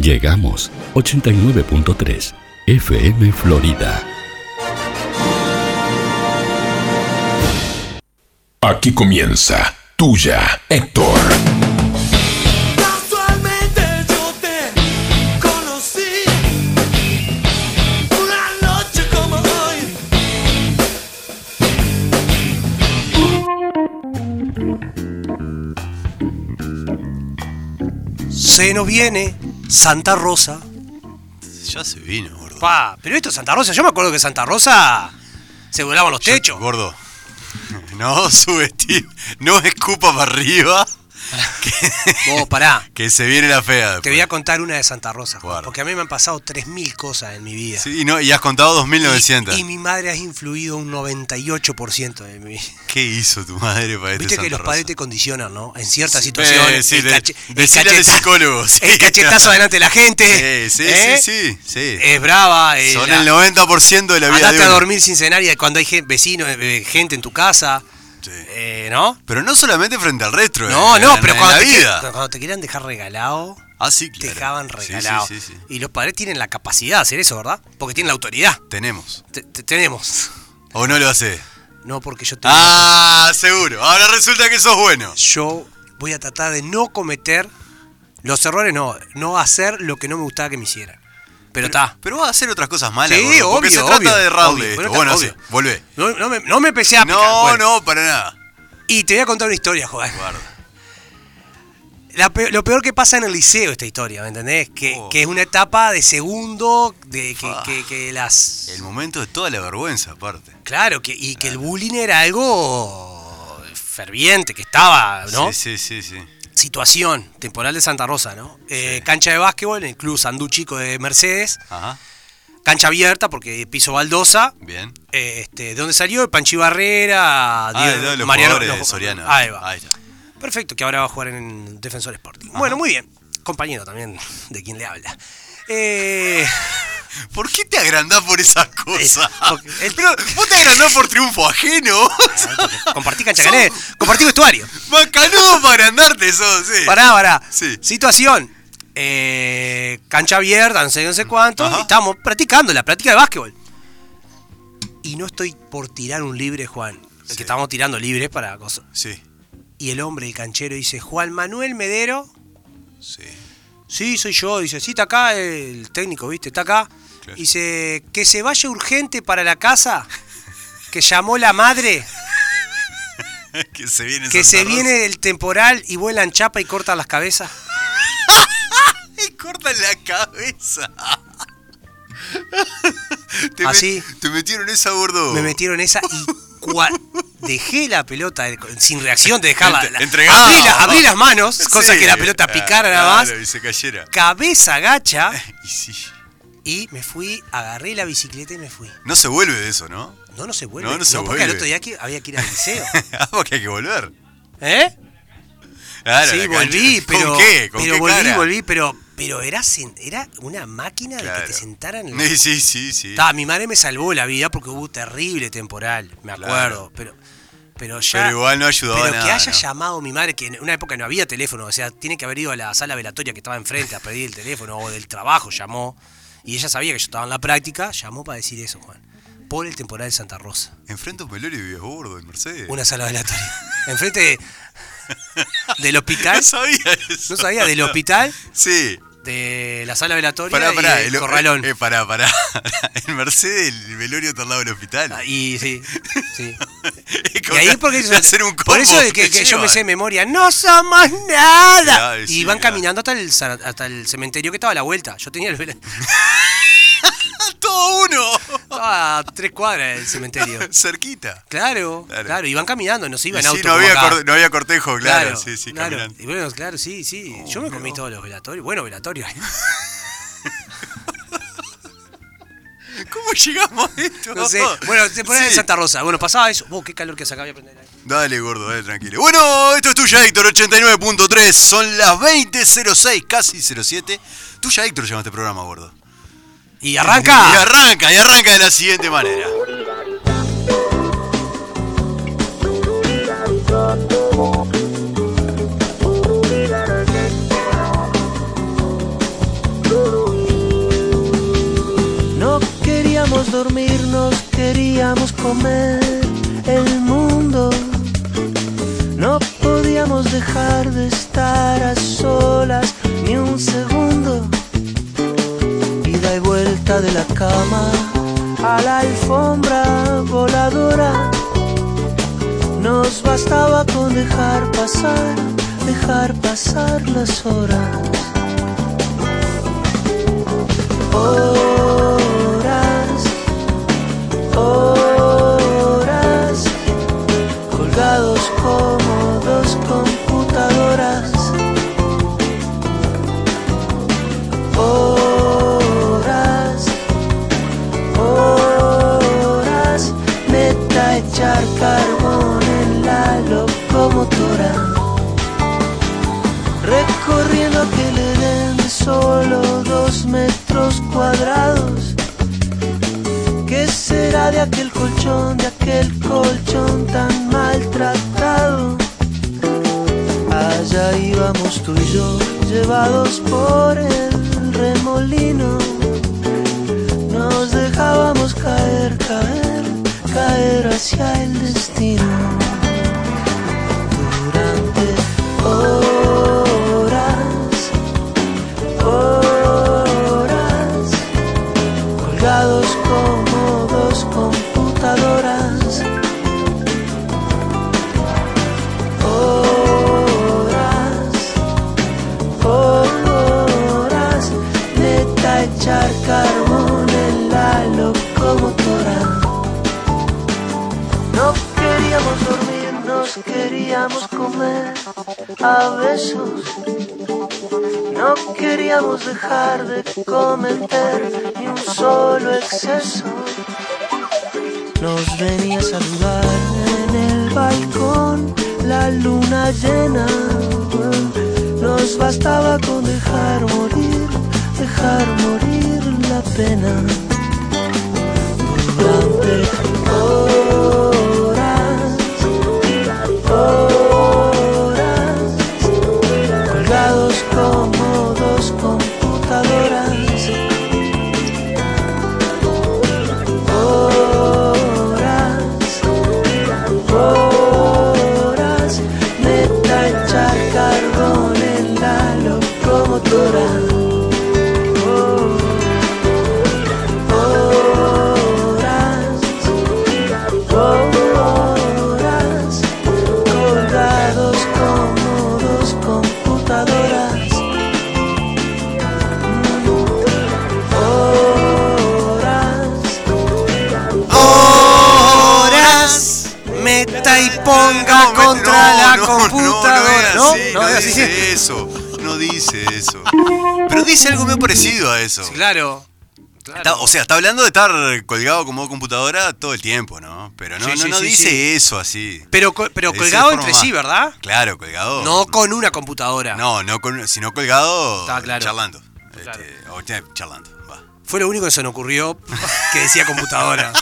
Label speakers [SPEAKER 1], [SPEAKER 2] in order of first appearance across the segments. [SPEAKER 1] Llegamos 89.3 FM Florida.
[SPEAKER 2] Aquí comienza Tuya, Héctor.
[SPEAKER 3] Casualmente yo te conocí una noche como hoy.
[SPEAKER 4] Se nos viene Santa Rosa.
[SPEAKER 5] Ya se vino, gordo.
[SPEAKER 4] Pa, pero esto es Santa Rosa. Yo me acuerdo que Santa Rosa se volaban los
[SPEAKER 5] Ya-
[SPEAKER 4] techos.
[SPEAKER 5] Gordo. No subestime, no escupa para arriba
[SPEAKER 4] Vos, pará.
[SPEAKER 5] que se viene la fea.
[SPEAKER 4] Te
[SPEAKER 5] después.
[SPEAKER 4] voy a contar una de Santa Rosa, Juan,
[SPEAKER 5] Guarda.
[SPEAKER 4] porque a mí me han pasado 3.000 cosas en mi vida.
[SPEAKER 5] Sí, y, no, y has contado
[SPEAKER 4] Y-
[SPEAKER 5] 2900.
[SPEAKER 4] Y, mi madre ha influido un 98% de mi
[SPEAKER 5] ¿Qué hizo tu madre para este
[SPEAKER 4] Viste que
[SPEAKER 5] Santa
[SPEAKER 4] los
[SPEAKER 5] Rosa?
[SPEAKER 4] padres te condicionan, ¿no? En ciertas
[SPEAKER 5] Sí, eh,
[SPEAKER 4] situaciones.
[SPEAKER 5] sí,
[SPEAKER 4] el
[SPEAKER 5] de-
[SPEAKER 4] cache- el
[SPEAKER 5] decile al
[SPEAKER 4] cacheta-
[SPEAKER 5] psicólogo, sí.
[SPEAKER 4] El cachetazo delante de la gente.
[SPEAKER 5] Eh, sí,
[SPEAKER 4] ¿eh?
[SPEAKER 5] sí, sí, sí.
[SPEAKER 4] Es brava. eh,
[SPEAKER 5] Son
[SPEAKER 4] la-
[SPEAKER 5] el 90% de la vida
[SPEAKER 4] Andate
[SPEAKER 5] de
[SPEAKER 4] a
[SPEAKER 5] uno.
[SPEAKER 4] dormir sin cenar y cuando hay gen- vecinos, eh, gente en tu casa.
[SPEAKER 5] Sí.
[SPEAKER 4] eh, ¿No?
[SPEAKER 5] Pero no solamente frente al retro.
[SPEAKER 4] No,
[SPEAKER 5] eh,
[SPEAKER 4] no,
[SPEAKER 5] en-
[SPEAKER 4] pero
[SPEAKER 5] en
[SPEAKER 4] cuando
[SPEAKER 5] la
[SPEAKER 4] te,
[SPEAKER 5] vida.
[SPEAKER 4] que- cuando te querían dejar regalado,
[SPEAKER 5] Ah, sí,
[SPEAKER 4] te
[SPEAKER 5] claro.
[SPEAKER 4] dejaban
[SPEAKER 5] Sí, sí,
[SPEAKER 4] regalado.
[SPEAKER 5] sí, sí.
[SPEAKER 4] Y los padres tienen la capacidad de hacer eso, ¿verdad? Porque tienen la autoridad.
[SPEAKER 5] Tenemos.
[SPEAKER 4] Te- te- tenemos.
[SPEAKER 5] ¿O no lo hace?
[SPEAKER 4] No, porque yo te
[SPEAKER 5] Ah, seguro. Ahora resulta que sos bueno.
[SPEAKER 4] yo voy a tratar de no cometer los errores, no, no hacer lo que no me gustaba que me hicieran. Pero está.
[SPEAKER 5] Pero vas a hacer otras cosas malas.
[SPEAKER 4] Sí,
[SPEAKER 5] gordo, porque
[SPEAKER 4] obvio,
[SPEAKER 5] se trata
[SPEAKER 4] obvio,
[SPEAKER 5] de Raúl
[SPEAKER 4] obvio,
[SPEAKER 5] de esto.
[SPEAKER 4] bueno,
[SPEAKER 5] Bueno,
[SPEAKER 4] obvio.
[SPEAKER 5] sí, volvé.
[SPEAKER 4] No, no me, no me empecé a picar,
[SPEAKER 5] No,
[SPEAKER 4] bueno.
[SPEAKER 5] no, para nada.
[SPEAKER 4] Y te voy a contar una historia, joder.
[SPEAKER 5] Guarda.
[SPEAKER 4] La pe- lo peor que pasa en el liceo esta historia, ¿me entendés? Que,
[SPEAKER 5] Oh.
[SPEAKER 4] que es una etapa de segundo, de que,
[SPEAKER 5] Fa.
[SPEAKER 4] que- que las...
[SPEAKER 5] El momento de toda la vergüenza, aparte.
[SPEAKER 4] Claro, que, y que el bullying era algo ferviente, que estaba, ¿no?
[SPEAKER 5] Sí, sí, sí, sí.
[SPEAKER 4] Situación temporal de Santa Rosa, ¿no? Eh,
[SPEAKER 5] Sí.
[SPEAKER 4] Cancha de básquetbol en el Club Sandú Chico de Mercedes.
[SPEAKER 5] Ajá,
[SPEAKER 4] cancha abierta porque piso baldosa.
[SPEAKER 5] bien.
[SPEAKER 4] eh, Este, ¿De dónde salió? Panchi Barrera,
[SPEAKER 5] Ah,
[SPEAKER 4] Diego-
[SPEAKER 5] de todos los
[SPEAKER 4] Mariano
[SPEAKER 5] jugadores
[SPEAKER 4] los-
[SPEAKER 5] de Soriano.
[SPEAKER 4] Ahí va.
[SPEAKER 5] Ahí está.
[SPEAKER 4] Perfecto, que ahora va a jugar en Defensor Sporting. Bueno, muy bien. Compañero también de quien le habla. Eh,
[SPEAKER 5] ¿Por qué te agrandás por esas cosas?
[SPEAKER 4] porque eh, el-
[SPEAKER 5] Pero, vos te agrandás por triunfo ajeno.
[SPEAKER 4] Ah, compartí cancha con él, compartí vestuario.
[SPEAKER 5] Macanudo para agrandarte, sos, sí.
[SPEAKER 4] Pará, pará.
[SPEAKER 5] Eh, Sí.
[SPEAKER 4] Situación. eh, cancha abierta, no sé, no sé cuánto.
[SPEAKER 5] Ajá.
[SPEAKER 4] y estamos practicando la práctica de básquetbol. Y no estoy por tirar un libre, Juan. El
[SPEAKER 5] Sí.
[SPEAKER 4] que estábamos tirando libres para cosas.
[SPEAKER 5] Sí,
[SPEAKER 4] Y el hombre, el canchero, dice, Juan Manuel Medero.
[SPEAKER 5] sí.
[SPEAKER 4] Sí, soy yo. Dice, sí, está acá el técnico, ¿viste? Está acá.
[SPEAKER 5] Claro.
[SPEAKER 4] Dice, que se vaya urgente para la casa. Que llamó la madre.
[SPEAKER 5] que se viene
[SPEAKER 4] Que
[SPEAKER 5] Santa
[SPEAKER 4] se
[SPEAKER 5] Rosa.
[SPEAKER 4] viene el temporal y vuelan chapa y cortan las cabezas.
[SPEAKER 5] Y corta la cabeza. Te
[SPEAKER 4] Así.
[SPEAKER 5] te metieron esa, gordo.
[SPEAKER 4] ¿Ah, Me metieron esa y cua- dejé la pelota de- sin reacción de dejarla.
[SPEAKER 5] Entre-
[SPEAKER 4] la-
[SPEAKER 5] entregada.
[SPEAKER 4] abrí, la- abrí las manos, cosa
[SPEAKER 5] Sí.
[SPEAKER 4] que la pelota picara nada
[SPEAKER 5] Ah,
[SPEAKER 4] más.
[SPEAKER 5] claro, Y se cayera.
[SPEAKER 4] Cabeza gacha
[SPEAKER 5] Y sí.
[SPEAKER 4] y me fui, agarré la bicicleta y me fui.
[SPEAKER 5] No se vuelve de eso, ¿no?
[SPEAKER 4] No, no se vuelve.
[SPEAKER 5] No, no se
[SPEAKER 4] porque al
[SPEAKER 5] vuelve.
[SPEAKER 4] otro día que- había que ir al liceo.
[SPEAKER 5] ah, porque hay que volver.
[SPEAKER 4] ¿Eh?
[SPEAKER 5] Claro,
[SPEAKER 4] sí,
[SPEAKER 5] la cancha-
[SPEAKER 4] volví, pero.
[SPEAKER 5] ¿Con qué? ¿Con
[SPEAKER 4] pero
[SPEAKER 5] qué
[SPEAKER 4] volví,
[SPEAKER 5] cara?
[SPEAKER 4] volví, pero. Pero era, sen- era una máquina de que
[SPEAKER 5] Claro.
[SPEAKER 4] te sentaran. en la-
[SPEAKER 5] Sí, sí, sí. sí.
[SPEAKER 4] Ta, mi madre me salvó la vida porque hubo terrible temporal, me
[SPEAKER 5] Claro.
[SPEAKER 4] acuerdo. Pero. Pero ya.
[SPEAKER 5] Pero igual no ayudaba
[SPEAKER 4] Pero que
[SPEAKER 5] nada,
[SPEAKER 4] haya
[SPEAKER 5] ¿no?
[SPEAKER 4] llamado mi madre, que en una época no había teléfono, o sea, tiene que haber ido a la sala velatoria que estaba enfrente a pedir el teléfono o del trabajo, llamó. Y ella sabía que yo estaba en la práctica, llamó para decir eso, Juan. Por el temporal de Santa Rosa.
[SPEAKER 5] Enfrente a un velorio y vivías gordo en Mercedes.
[SPEAKER 4] Una sala velatoria. Enfrente de, del hospital.
[SPEAKER 5] No sabía eso.
[SPEAKER 4] No sabía, del hospital
[SPEAKER 5] Sí.
[SPEAKER 4] de la sala velatoria
[SPEAKER 5] Pará, pará.
[SPEAKER 4] y el
[SPEAKER 5] el-
[SPEAKER 4] corralón.
[SPEAKER 5] Eh, pará, pará. En Mercedes el velorio está al lado del hospital.
[SPEAKER 4] Ah, y sí, sí.
[SPEAKER 5] Es
[SPEAKER 4] Y
[SPEAKER 5] como
[SPEAKER 4] ahí
[SPEAKER 5] que
[SPEAKER 4] porque
[SPEAKER 5] hacer un
[SPEAKER 4] por eso
[SPEAKER 5] combo
[SPEAKER 4] es que,
[SPEAKER 5] te
[SPEAKER 4] que yo me
[SPEAKER 5] llevan.
[SPEAKER 4] sé de memoria, no somos nada.
[SPEAKER 5] Mirá,
[SPEAKER 4] y
[SPEAKER 5] sí,
[SPEAKER 4] van
[SPEAKER 5] mirá.
[SPEAKER 4] caminando hasta el sana- hasta el cementerio que estaba a la vuelta. Yo tenía el velo-
[SPEAKER 5] Todo uno.
[SPEAKER 4] estaba a tres cuadras del cementerio.
[SPEAKER 5] Cerquita.
[SPEAKER 4] Claro,
[SPEAKER 5] Claro.
[SPEAKER 4] claro, y van caminando, no se iban
[SPEAKER 5] Y sí,
[SPEAKER 4] auto.
[SPEAKER 5] no,
[SPEAKER 4] como
[SPEAKER 5] había
[SPEAKER 4] acá.
[SPEAKER 5] cor- no había cortejo, claro. sí, sí,
[SPEAKER 4] claro.
[SPEAKER 5] caminando. Oh,
[SPEAKER 4] Y bueno, claro, sí, sí. Yo me comí todos los velatorios. Bueno, velatorios.
[SPEAKER 5] ¿Cómo llegamos a esto?
[SPEAKER 4] No sé. Bueno, te pones en
[SPEAKER 5] Sí.
[SPEAKER 4] Santa Rosa. Bueno, pasaba eso. Vos, qué calor que sacaba. Voy a prender la-
[SPEAKER 5] Dale, gordo, dale, tranquilo. Bueno, esto es tuya, Héctor, 89.3. Son las 20.06, casi 07. Tuya, Héctor, llama este programa, gordo.
[SPEAKER 4] Y arranca.
[SPEAKER 5] Y arranca, y arranca de la siguiente manera.
[SPEAKER 6] Ooh, comer el mundo. No podíamos dejar de estar a solas ni un segundo. Ida y vuelta de la cama a la alfombra voladora. Nos bastaba con dejar pasar, dejar pasar las horas. Horas, horas, colgados como dos computadoras. Horas, horas, meta echar carbón en la locomotora recorriendo que le den solo dos metros cuadrados. ¿Qué será de aquel colchón, de aquel colchón tan maltratado? Allá íbamos tú y yo, llevados por el remolino. Nos dejábamos caer, caer, caer hacia el destino durante horas, horas, colgados como dos computadoras. Horas, horas, neta echar carbón en la locomotora. No queríamos dormir, nos queríamos comer a besos. No queríamos dejar de cometer ni un solo exceso. Nos venía a saludar en el balcón la luna llena. Nos bastaba con dejar morir, dejar morir la pena durante horas, horas, colgados como dos computadoras. Horas, horas, meta echar carbón en la locomotora. Oh. Horas, horas, colgados como dos computadoras. Horas,
[SPEAKER 4] Horas, meta y ponga
[SPEAKER 5] No,
[SPEAKER 4] contra
[SPEAKER 5] no,
[SPEAKER 4] la
[SPEAKER 5] no,
[SPEAKER 4] computadora.
[SPEAKER 5] No, no, es así, no,
[SPEAKER 4] es así.
[SPEAKER 5] dice eso. No dice eso. Pero dice algo muy parecido a eso.
[SPEAKER 4] Claro.
[SPEAKER 5] Está- o sea, está hablando de estar colgado como computadora todo el tiempo, ¿no? Pero no,
[SPEAKER 4] Sí,
[SPEAKER 5] no,
[SPEAKER 4] sí,
[SPEAKER 5] no
[SPEAKER 4] sí,
[SPEAKER 5] dice
[SPEAKER 4] sí.
[SPEAKER 5] eso así.
[SPEAKER 4] Pero, co- pero
[SPEAKER 5] Ese
[SPEAKER 4] colgado
[SPEAKER 5] forma
[SPEAKER 4] entre
[SPEAKER 5] más.
[SPEAKER 4] sí, ¿verdad?
[SPEAKER 5] Claro, colgado.
[SPEAKER 4] No con una computadora.
[SPEAKER 5] No, no con- sino colgado
[SPEAKER 4] Está claro.
[SPEAKER 5] charlando.
[SPEAKER 4] Claro.
[SPEAKER 5] Este, o sea, charlando. va.
[SPEAKER 4] Fue lo único que se me ocurrió que decía computadora.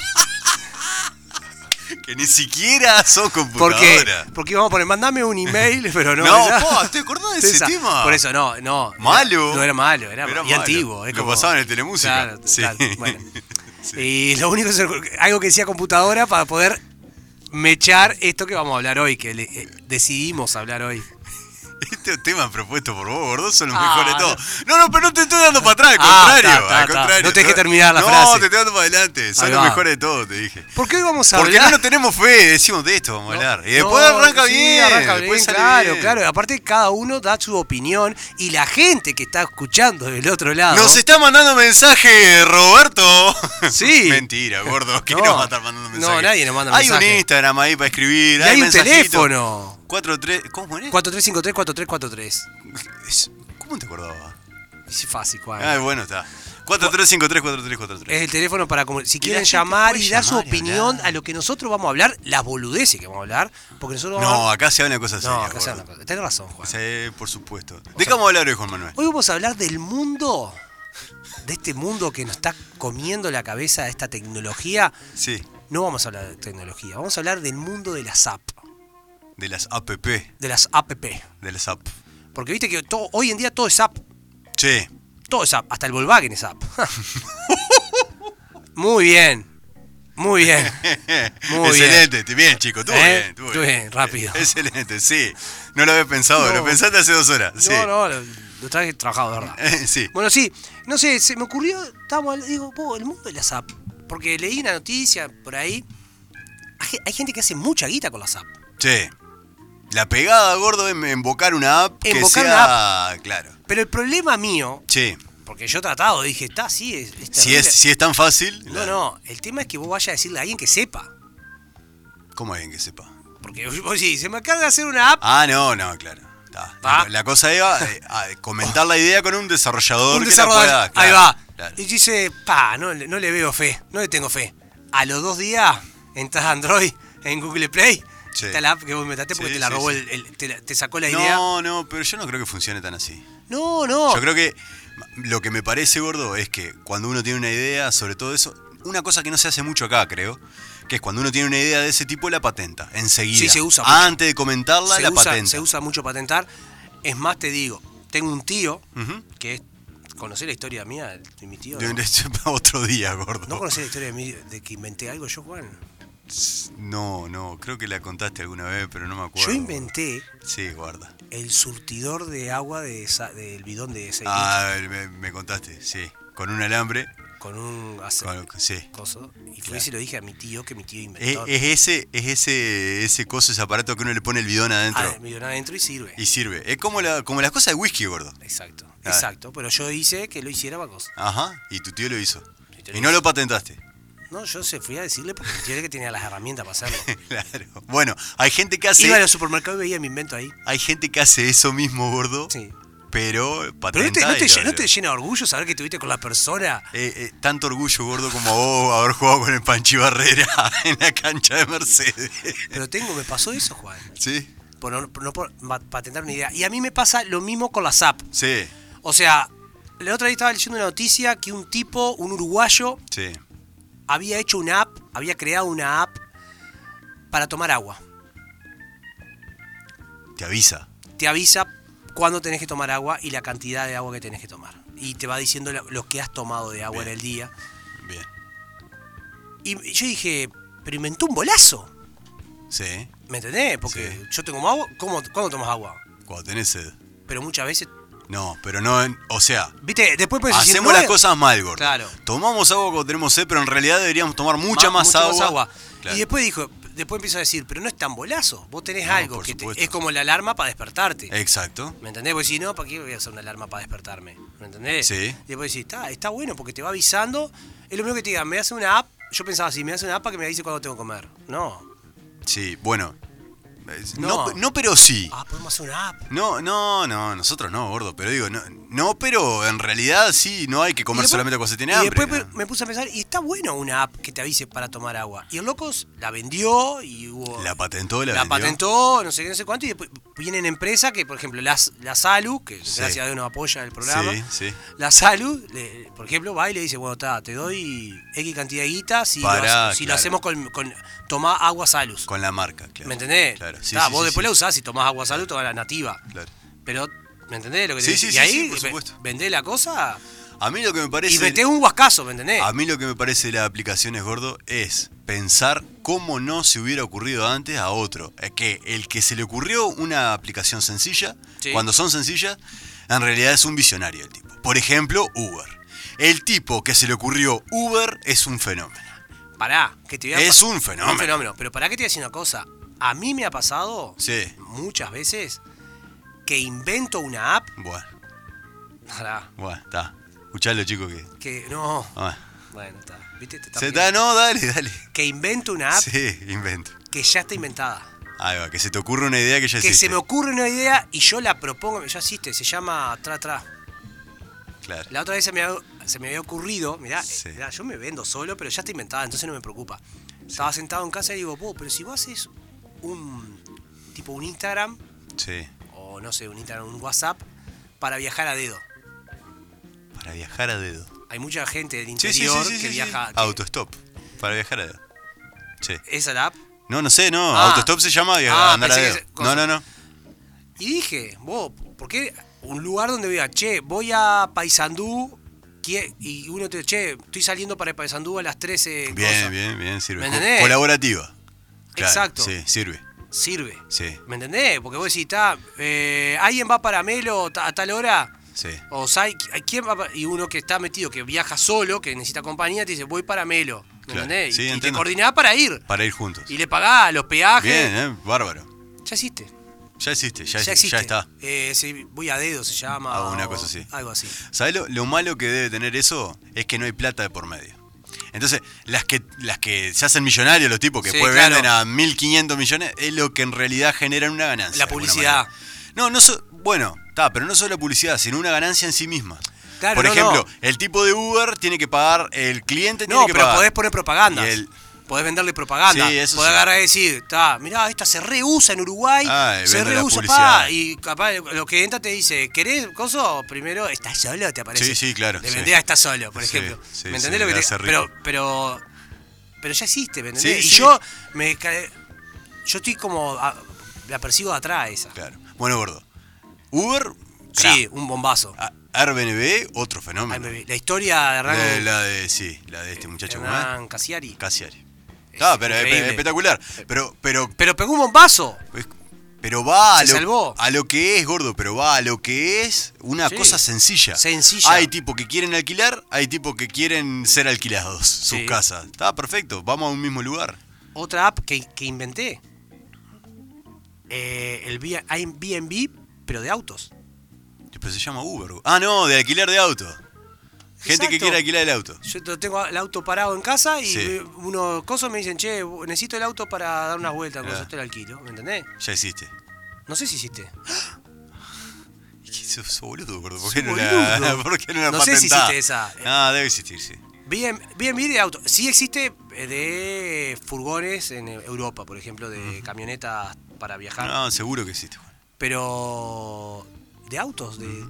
[SPEAKER 5] Que ni siquiera son
[SPEAKER 4] Porque,
[SPEAKER 5] computadora.
[SPEAKER 4] porque íbamos a poner, mandame un email, pero no.
[SPEAKER 5] No,
[SPEAKER 4] era-
[SPEAKER 5] po, ¿te acordás de ese
[SPEAKER 4] Esa-
[SPEAKER 5] tema?
[SPEAKER 4] Por eso, no, no.
[SPEAKER 5] Malo.
[SPEAKER 4] No era malo, era,
[SPEAKER 5] Era
[SPEAKER 4] y
[SPEAKER 5] malo.
[SPEAKER 4] antiguo. es
[SPEAKER 5] Lo
[SPEAKER 4] como-
[SPEAKER 5] pasaban en Telemusica.
[SPEAKER 4] Claro,
[SPEAKER 5] Sí.
[SPEAKER 4] claro, bueno. Y lo único que se me ocurrió- algo que decía computadora para poder mechar esto que vamos a hablar hoy, que le- eh, decidimos hablar hoy.
[SPEAKER 5] Este tema propuesto por vos, gordo, son los
[SPEAKER 4] Ah,
[SPEAKER 5] mejores de todos. No, no, pero no te estoy dando para atrás,
[SPEAKER 4] Ah,
[SPEAKER 5] al contrario.
[SPEAKER 4] está, está,
[SPEAKER 5] al
[SPEAKER 4] está.
[SPEAKER 5] contrario.
[SPEAKER 4] No te dejé terminar la
[SPEAKER 5] no,
[SPEAKER 4] frase.
[SPEAKER 5] No, te estoy dando para adelante. Son
[SPEAKER 4] Ahí
[SPEAKER 5] los
[SPEAKER 4] va.
[SPEAKER 5] mejores de todos, te dije.
[SPEAKER 4] ¿Por qué hoy vamos a
[SPEAKER 5] Porque no
[SPEAKER 4] hablar?
[SPEAKER 5] nos tenemos fe, decimos de esto vamos a hablar. Y después
[SPEAKER 4] No,
[SPEAKER 5] arranca
[SPEAKER 4] sí,
[SPEAKER 5] bien.
[SPEAKER 4] arranca
[SPEAKER 5] después
[SPEAKER 4] bien,
[SPEAKER 5] sale
[SPEAKER 4] claro,
[SPEAKER 5] bien.
[SPEAKER 4] claro. Aparte, cada uno da su opinión y la gente que está escuchando del otro lado.
[SPEAKER 5] Nos está mandando mensaje, Roberto.
[SPEAKER 4] Sí.
[SPEAKER 5] Mentira, gordo. ¿Quién
[SPEAKER 4] No.
[SPEAKER 5] nos va a estar mandando
[SPEAKER 4] No,
[SPEAKER 5] mensaje?
[SPEAKER 4] nadie nos manda
[SPEAKER 5] Hay
[SPEAKER 4] mensaje.
[SPEAKER 5] un Instagram ahí para escribir.
[SPEAKER 4] y hay un
[SPEAKER 5] mensajito.
[SPEAKER 4] teléfono.
[SPEAKER 5] 43. ¿Cómo eres?
[SPEAKER 4] 4353-4343.
[SPEAKER 5] ¿Cómo te acordabas?
[SPEAKER 4] Es fácil, Juan.
[SPEAKER 5] Ah, bueno, está. 43534343.
[SPEAKER 4] Es el teléfono para comu- si quieren
[SPEAKER 5] gente
[SPEAKER 4] llamar
[SPEAKER 5] puede
[SPEAKER 4] y dar su
[SPEAKER 5] llamar y
[SPEAKER 4] opinión
[SPEAKER 5] hablar.
[SPEAKER 4] a lo que nosotros vamos a hablar, las boludeces que vamos a hablar, porque nosotros
[SPEAKER 5] No,
[SPEAKER 4] vamos
[SPEAKER 5] acá se hablan cosas
[SPEAKER 4] a... No,
[SPEAKER 5] serias.
[SPEAKER 4] acá se
[SPEAKER 5] gordo.
[SPEAKER 4] habla cosa. Tenés razón, Juan.
[SPEAKER 5] Sí, por supuesto. ¿De qué vamos a hablar hoy, Juan Manuel?
[SPEAKER 4] Hoy vamos a hablar del mundo, de este mundo que nos está comiendo la cabeza esta tecnología.
[SPEAKER 5] Sí,
[SPEAKER 4] No vamos a hablar de tecnología, vamos a hablar del mundo de las app,
[SPEAKER 5] de las app, de
[SPEAKER 4] de las app.
[SPEAKER 5] las app.
[SPEAKER 4] Porque viste que todo- hoy en día todo es app,
[SPEAKER 5] Sí,
[SPEAKER 4] todo es app, hasta el Volkswagen es app. Muy bien. Muy bien. Muy
[SPEAKER 5] Excelente, bien, bien chico, tú
[SPEAKER 4] ¿Eh?
[SPEAKER 5] bien, estuvo
[SPEAKER 4] Estuve bien, rápido.
[SPEAKER 5] Excelente, sí. No lo había pensado,
[SPEAKER 4] No.
[SPEAKER 5] lo pensaste hace dos horas. Sí.
[SPEAKER 4] No, no, lo, lo traje trabajado, de verdad.
[SPEAKER 5] sí.
[SPEAKER 4] Bueno, sí, no sé, se me ocurrió, estaba, digo, "Po, el mundo de las app. Porque leí una noticia por ahí. Hay, hay gente que hace mucha guita con las app.
[SPEAKER 5] Che, La pegada, gordo, es invocar una app que
[SPEAKER 4] Invocar
[SPEAKER 5] sea. Claro.
[SPEAKER 4] Pero el problema mío,
[SPEAKER 5] Che,
[SPEAKER 4] porque yo he tratado, dije, está, sí, es, es
[SPEAKER 5] si es,
[SPEAKER 4] terrible".
[SPEAKER 5] si es tan fácil.
[SPEAKER 4] No,
[SPEAKER 5] la-
[SPEAKER 4] no, el tema es que vos vayas a decirle a alguien que sepa.
[SPEAKER 5] ¿Cómo alguien que sepa?
[SPEAKER 4] Porque vos sí, se me encarga de hacer una app,
[SPEAKER 5] Ah, no, no, claro. Está.
[SPEAKER 4] Va.
[SPEAKER 5] La, la cosa iba a comentar la idea con un desarrollador
[SPEAKER 4] un
[SPEAKER 5] que
[SPEAKER 4] desarrollador,
[SPEAKER 5] la pueda.
[SPEAKER 4] ahí
[SPEAKER 5] claro,
[SPEAKER 4] va.
[SPEAKER 5] claro.
[SPEAKER 4] Y dice, pa, no, le- no le veo fe, no le tengo fe. A los dos días entras a Android en Google Play,
[SPEAKER 5] Sí.
[SPEAKER 4] está la app que vos metaste porque
[SPEAKER 5] Sí,
[SPEAKER 4] te la
[SPEAKER 5] sí,
[SPEAKER 4] robó,
[SPEAKER 5] sí.
[SPEAKER 4] el- el- te, la- te sacó la idea.
[SPEAKER 5] No, no, pero yo no creo que funcione tan así.
[SPEAKER 4] No, no.
[SPEAKER 5] Yo creo que lo que me parece, gordo, es que cuando uno tiene una idea, sobre todo eso, una cosa que no se hace mucho acá, creo, que es cuando uno tiene una idea de ese tipo, la patenta, enseguida.
[SPEAKER 4] Sí, se usa mucho.
[SPEAKER 5] Antes de comentarla,
[SPEAKER 4] se,
[SPEAKER 5] la
[SPEAKER 4] usa,
[SPEAKER 5] patenta.
[SPEAKER 4] se usa mucho patentar. Es más, te digo, tengo un tío
[SPEAKER 5] Ujú.
[SPEAKER 4] que es. ¿Conocés la historia mía de mi tío?
[SPEAKER 5] De
[SPEAKER 4] No,
[SPEAKER 5] un hecho para otro día, gordo.
[SPEAKER 4] ¿No conocés la historia de, mí, de que inventé algo yo, Juan.
[SPEAKER 5] No, no, creo que la contaste alguna vez, pero no me acuerdo.
[SPEAKER 4] Yo inventé
[SPEAKER 5] Sí, guarda.
[SPEAKER 4] el surtidor de agua de esa- del bidón de ese
[SPEAKER 5] Ah, me, me contaste, sí. Con un alambre.
[SPEAKER 4] con un ace-
[SPEAKER 5] con- sí.
[SPEAKER 4] coso. Y fui y
[SPEAKER 5] Claro.
[SPEAKER 4] se lo dije a mi tío que mi tío
[SPEAKER 5] Es,
[SPEAKER 4] inventó.
[SPEAKER 5] es ese, es ese, ese coso, ese aparato que uno le pone el bidón adentro
[SPEAKER 4] Ah, me dio adentro y sirve.
[SPEAKER 5] y sirve. Es como la, como las cosas de whisky, gordo.
[SPEAKER 4] Exacto,
[SPEAKER 5] Ah.
[SPEAKER 4] exacto. Pero yo hice que lo hiciera para cosas.
[SPEAKER 5] Ajá, y tu tío lo hizo.
[SPEAKER 4] Mi tío lo
[SPEAKER 5] Y no
[SPEAKER 4] hizo.
[SPEAKER 5] lo patentaste.
[SPEAKER 4] No, yo se fui a decirle porque mi tío era el que tenía las herramientas para hacerlo.
[SPEAKER 5] Claro. Bueno, hay gente que hace,
[SPEAKER 4] Iba al supermercado y veía mi invento ahí.
[SPEAKER 5] hay gente que hace eso mismo, gordo.
[SPEAKER 4] Sí.
[SPEAKER 5] Pero
[SPEAKER 4] Pero
[SPEAKER 5] patenta.
[SPEAKER 4] no te, no
[SPEAKER 5] y
[SPEAKER 4] te
[SPEAKER 5] lo-
[SPEAKER 4] lle- no te llena de orgullo saber que estuviste con la persona.
[SPEAKER 5] Eh, eh, tanto orgullo, gordo, como a vos haber jugado con el Panchi Barrera en la cancha de Mercedes.
[SPEAKER 4] Pero tengo, me pasó eso, Juan.
[SPEAKER 5] ¿Sí?
[SPEAKER 4] Por no, por- no por ma- patentar una idea. Y a mí me pasa lo mismo con las app.
[SPEAKER 5] Sí,
[SPEAKER 4] O sea, la otra vez estaba leyendo una noticia que un tipo, un uruguayo,
[SPEAKER 5] sí.
[SPEAKER 4] había hecho una app, había creado una app para tomar agua.
[SPEAKER 5] Te avisa.
[SPEAKER 4] Te avisa cuándo tenés que tomar agua y la cantidad de agua que tenés que tomar. Y te va diciendo lo- lo que has tomado de agua en
[SPEAKER 5] Bien.
[SPEAKER 4] el día.
[SPEAKER 5] Bien.
[SPEAKER 4] Y yo dije, pero inventó un bolazo.
[SPEAKER 5] Sí.
[SPEAKER 4] ¿Me entendés? Porque
[SPEAKER 5] Sí.
[SPEAKER 4] yo tengo agua, ¿cómo, ¿cuándo tomas agua?
[SPEAKER 5] Cuando tenés sed.
[SPEAKER 4] Pero muchas veces,
[SPEAKER 5] No, pero no. en- o sea,
[SPEAKER 4] viste, después puedes decir,
[SPEAKER 5] hacemos
[SPEAKER 4] no,
[SPEAKER 5] las
[SPEAKER 4] eh,
[SPEAKER 5] cosas mal, gordo.
[SPEAKER 4] Claro.
[SPEAKER 5] Tomamos agua cuando tenemos sed, pero en realidad deberíamos tomar mucha
[SPEAKER 4] ma-
[SPEAKER 5] más,
[SPEAKER 4] mucha
[SPEAKER 5] agua.
[SPEAKER 4] Y
[SPEAKER 5] Claro.
[SPEAKER 4] después dijo, después empieza a decir, pero no es tan bolazo, vos tenés
[SPEAKER 5] No,
[SPEAKER 4] algo
[SPEAKER 5] por
[SPEAKER 4] que te-
[SPEAKER 5] supuesto. Eh.
[SPEAKER 4] es como la alarma para despertarte.
[SPEAKER 5] Exacto.
[SPEAKER 4] ¿Me entendés? Porque si no, ¿para qué voy a hacer una alarma para despertarme? ¿Me entendés?
[SPEAKER 5] Sí.
[SPEAKER 4] Y después decís, está, está bueno porque te va avisando. Es lo mismo que te digan, me hace una app. Yo pensaba así, me hace una app para que me avise cuándo tengo que comer. No.
[SPEAKER 5] Sí, bueno. Es-
[SPEAKER 4] No.
[SPEAKER 5] No, pe- no, pero sí.
[SPEAKER 4] Ah, podemos hacer una app.
[SPEAKER 5] No, no, no, nosotros no, gordo, pero digo, no, no, pero en realidad sí, no hay que comer
[SPEAKER 4] Y después-
[SPEAKER 5] solamente cuando se tiene
[SPEAKER 4] y
[SPEAKER 5] hambre. Ah,
[SPEAKER 4] después
[SPEAKER 5] ¿no?
[SPEAKER 4] me puse a pensar, y está bueno una app que te avise para tomar agua. Y el locos la vendió y hubo...
[SPEAKER 5] La patentó, la,
[SPEAKER 4] la
[SPEAKER 5] vendió.
[SPEAKER 4] patentó, no sé qué, no sé cuánto, y después vienen empresas que, por ejemplo, las, la Salu, que
[SPEAKER 5] Sí.
[SPEAKER 4] gracias a Dios nos apoya el programa,
[SPEAKER 5] Sí, sí.
[SPEAKER 4] la Salu, le- por ejemplo, va y le dice, bueno, ta, te doy X cantidad de guita si, lo,
[SPEAKER 5] Pará,
[SPEAKER 4] hace- si lo
[SPEAKER 5] claro.
[SPEAKER 4] hacemos con, con tomá agua Salus.
[SPEAKER 5] Con la marca, claro.
[SPEAKER 4] ¿Me entendés?
[SPEAKER 5] Claro, sí,
[SPEAKER 4] Ta,
[SPEAKER 5] sí,
[SPEAKER 4] vos
[SPEAKER 5] sí,
[SPEAKER 4] después
[SPEAKER 5] sí.
[SPEAKER 4] la usás, si tomás agua Salus, tomás la nativa.
[SPEAKER 5] Claro.
[SPEAKER 4] Pero, ¿me entendés lo que te
[SPEAKER 5] Sí,
[SPEAKER 4] digo?
[SPEAKER 5] sí,
[SPEAKER 4] Y
[SPEAKER 5] sí,
[SPEAKER 4] ahí
[SPEAKER 5] sí, por
[SPEAKER 4] ve-
[SPEAKER 5] supuesto.
[SPEAKER 4] vendés la cosa
[SPEAKER 5] A mí lo que me parece...
[SPEAKER 4] y metés un guascazo, ¿me entendés?
[SPEAKER 5] A mí lo que me parece de las aplicaciones, gordo, es pensar cómo no se hubiera ocurrido antes a otro. Es que el que se le ocurrió una aplicación sencilla,
[SPEAKER 4] Sí.
[SPEAKER 5] cuando son sencillas, en realidad es un visionario el tipo. Por ejemplo, Uber. El tipo que se le ocurrió Uber es un fenómeno.
[SPEAKER 4] Pará, que te voy a
[SPEAKER 5] Es
[SPEAKER 4] pa-
[SPEAKER 5] un fenómeno.
[SPEAKER 4] Un fenómeno. Pero pará que te voy a decir una cosa. A mí me ha pasado
[SPEAKER 5] Sí.
[SPEAKER 4] muchas veces que invento una app.
[SPEAKER 5] Bueno,
[SPEAKER 4] Pará,
[SPEAKER 5] bueno, está. Escuchalo, chico, que.
[SPEAKER 4] que no.
[SPEAKER 5] ah.
[SPEAKER 4] Bueno, está. ¿Viste? Te está
[SPEAKER 5] Se
[SPEAKER 4] pidiendo.
[SPEAKER 5] está, no, dale, dale.
[SPEAKER 4] Que invento una app
[SPEAKER 5] Sí, invento.
[SPEAKER 4] que ya está inventada.
[SPEAKER 5] Ahí va, que se te ocurre una idea que ya
[SPEAKER 4] Que
[SPEAKER 5] existe.
[SPEAKER 4] se me ocurre una idea y yo la propongo. Ya existe, se llama Tra Tra.
[SPEAKER 5] Claro.
[SPEAKER 4] La otra vez se me, ha- se me había ocurrido, mirá,
[SPEAKER 5] Sí.
[SPEAKER 4] eh, mirá, yo me vendo solo, pero ya está inventada, entonces no me preocupa. Estaba sentado en casa y digo, "Po, pero si vos haces un tipo un Instagram
[SPEAKER 5] Sí.
[SPEAKER 4] o no sé, un Instagram, un WhatsApp, para viajar a dedo.
[SPEAKER 5] Para viajar a dedo.
[SPEAKER 4] Hay mucha gente del
[SPEAKER 5] Sí, sí, sí,
[SPEAKER 4] interior
[SPEAKER 5] sí, sí,
[SPEAKER 4] que
[SPEAKER 5] sí.
[SPEAKER 4] viaja. que-
[SPEAKER 5] Autostop. Para viajar a dedo. Sí.
[SPEAKER 4] Esa es la app.
[SPEAKER 5] No, no sé, no.
[SPEAKER 4] Ah.
[SPEAKER 5] Autostop se llama via-
[SPEAKER 4] Ah,
[SPEAKER 5] andar a
[SPEAKER 4] pensé que
[SPEAKER 5] dedo.
[SPEAKER 4] se- cosa.
[SPEAKER 5] No, no, no.
[SPEAKER 4] Y dije, vos, ¿por qué un lugar donde vea, che, voy a Paysandú ¿quién- y uno te che, estoy saliendo para Paysandú a las 13.
[SPEAKER 5] Bien,
[SPEAKER 4] cosas".
[SPEAKER 5] bien, bien, sirve.
[SPEAKER 4] ¿Me
[SPEAKER 5] Co-
[SPEAKER 4] entendés?
[SPEAKER 5] Colaborativa. Claro,
[SPEAKER 4] Exacto.
[SPEAKER 5] Sí, sirve.
[SPEAKER 4] Sirve.
[SPEAKER 5] Sí,
[SPEAKER 4] ¿Me entendés? Porque vos decís, está, eh, alguien va para Melo ta- a tal hora.
[SPEAKER 5] sí.
[SPEAKER 4] O sai- ¿quién va pa- y uno que está metido, que viaja solo, que necesita compañía, te dice, voy para Melo. ¿Me
[SPEAKER 5] Claro.
[SPEAKER 4] entendés?
[SPEAKER 5] Sí,
[SPEAKER 4] y, y te
[SPEAKER 5] entiendo.
[SPEAKER 4] coordinás para ir.
[SPEAKER 5] Para ir juntos.
[SPEAKER 4] Y le pagás los peajes.
[SPEAKER 5] Bien, ¿eh? Bárbaro.
[SPEAKER 4] Ya hiciste.
[SPEAKER 5] Ya existe, ya,
[SPEAKER 4] Ya,
[SPEAKER 5] existe,
[SPEAKER 4] existe.
[SPEAKER 5] ya está.
[SPEAKER 4] Eh, sí, voy a dedo, se llama.
[SPEAKER 5] Ah, una
[SPEAKER 4] o
[SPEAKER 5] cosa así.
[SPEAKER 4] Algo así.
[SPEAKER 5] ¿Sabes lo, lo malo que debe tener eso? Es que no hay plata de por medio. Entonces, las que, las que se hacen millonarios, los tipos que
[SPEAKER 4] Sí,
[SPEAKER 5] después
[SPEAKER 4] claro.
[SPEAKER 5] venden a 1.500 millones, es lo que en realidad generan una ganancia.
[SPEAKER 4] La
[SPEAKER 5] de alguna
[SPEAKER 4] publicidad.
[SPEAKER 5] manera. No, no so- bueno, está, pero no solo la publicidad, sino una ganancia en sí misma.
[SPEAKER 4] Claro,
[SPEAKER 5] por
[SPEAKER 4] no,
[SPEAKER 5] ejemplo,
[SPEAKER 4] no.
[SPEAKER 5] el tipo de Uber tiene que pagar, el cliente tiene
[SPEAKER 4] No,
[SPEAKER 5] que
[SPEAKER 4] pero
[SPEAKER 5] pagar.
[SPEAKER 4] podés poner propaganda.
[SPEAKER 5] Y el-
[SPEAKER 4] Podés venderle propaganda.
[SPEAKER 5] Sí, eso
[SPEAKER 4] podés
[SPEAKER 5] sí.
[SPEAKER 4] agarrar y decir, "Ta, mirá, esta se reusa en Uruguay,
[SPEAKER 5] Ay,
[SPEAKER 4] se
[SPEAKER 5] Ah, vende la
[SPEAKER 4] reusa,
[SPEAKER 5] publicidad.
[SPEAKER 4] pa", Y capaz lo que entra te dice, ¿querés coso? Primero, ¿estás solo? Te aparece.
[SPEAKER 5] Sí, sí, claro,
[SPEAKER 4] Le
[SPEAKER 5] sí.
[SPEAKER 4] vendés a ¿estás solo, por
[SPEAKER 5] Sí,
[SPEAKER 4] ejemplo.
[SPEAKER 5] sí,
[SPEAKER 4] ¿Me
[SPEAKER 5] sí,
[SPEAKER 4] entendés lo que
[SPEAKER 5] le
[SPEAKER 4] te-
[SPEAKER 5] hace rico.
[SPEAKER 4] Pero, pero, pero ya existe, ¿me entendés?
[SPEAKER 5] Sí,
[SPEAKER 4] y
[SPEAKER 5] sí.
[SPEAKER 4] yo me ca- yo estoy como. a- la persigo de atrás esa.
[SPEAKER 5] Claro. Bueno, gordo. Uber,
[SPEAKER 4] Sí, un bombazo.
[SPEAKER 5] cra- a- Airbnb, otro fenómeno.
[SPEAKER 4] Ay, me vi. La historia de Hernán,
[SPEAKER 5] La, la de, sí, la de este muchacho. ¿cómo es?
[SPEAKER 4] Hernán Cassiari.
[SPEAKER 5] Casiari. Ah, pero es-
[SPEAKER 4] increíble. Eh.
[SPEAKER 5] es espectacular. Pero, pero,
[SPEAKER 4] Pero pegó un bombazo.
[SPEAKER 5] es- pero va a
[SPEAKER 4] Se
[SPEAKER 5] lo,
[SPEAKER 4] salvó.
[SPEAKER 5] a lo que es, gordo, pero va a lo que es una
[SPEAKER 4] Sí.
[SPEAKER 5] cosa sencilla.
[SPEAKER 4] Sencilla.
[SPEAKER 5] Hay tipos que quieren alquilar, hay tipos que quieren ser alquilados sus
[SPEAKER 4] Sí.
[SPEAKER 5] casas. Está perfecto, vamos a un mismo lugar.
[SPEAKER 4] otra app que, que inventé. Eh, el B- Airbnb, pero de autos.
[SPEAKER 5] Pero se llama Uber. Ah, no, de alquilar de auto. Gente que
[SPEAKER 4] Exacto.
[SPEAKER 5] quiere alquilar el auto.
[SPEAKER 4] Yo to- tengo el auto parado en casa y
[SPEAKER 5] Sí.
[SPEAKER 4] me- unos cosos me dicen, che, bu- necesito el auto para dar unas vueltas,
[SPEAKER 5] Ah.
[SPEAKER 4] cosas, te lo alquilo, ¿me entendés?
[SPEAKER 5] Ya existe.
[SPEAKER 4] No sé si hiciste.
[SPEAKER 5] ¿Qué sos, sos boludo, gordo? ¿Por
[SPEAKER 4] Sos
[SPEAKER 5] qué no
[SPEAKER 4] boludo.
[SPEAKER 5] la, ¿por qué no la
[SPEAKER 4] No sé si
[SPEAKER 5] patentás?
[SPEAKER 4] existe esa. eh.
[SPEAKER 5] Ah, debe existir, sí.
[SPEAKER 4] Bien, bien, bien de auto. Sí existe eh, de furgones en eh, Europa, por ejemplo, de camionetas para viajar.
[SPEAKER 5] No, seguro que existe, Juan.
[SPEAKER 4] Pero de autos, de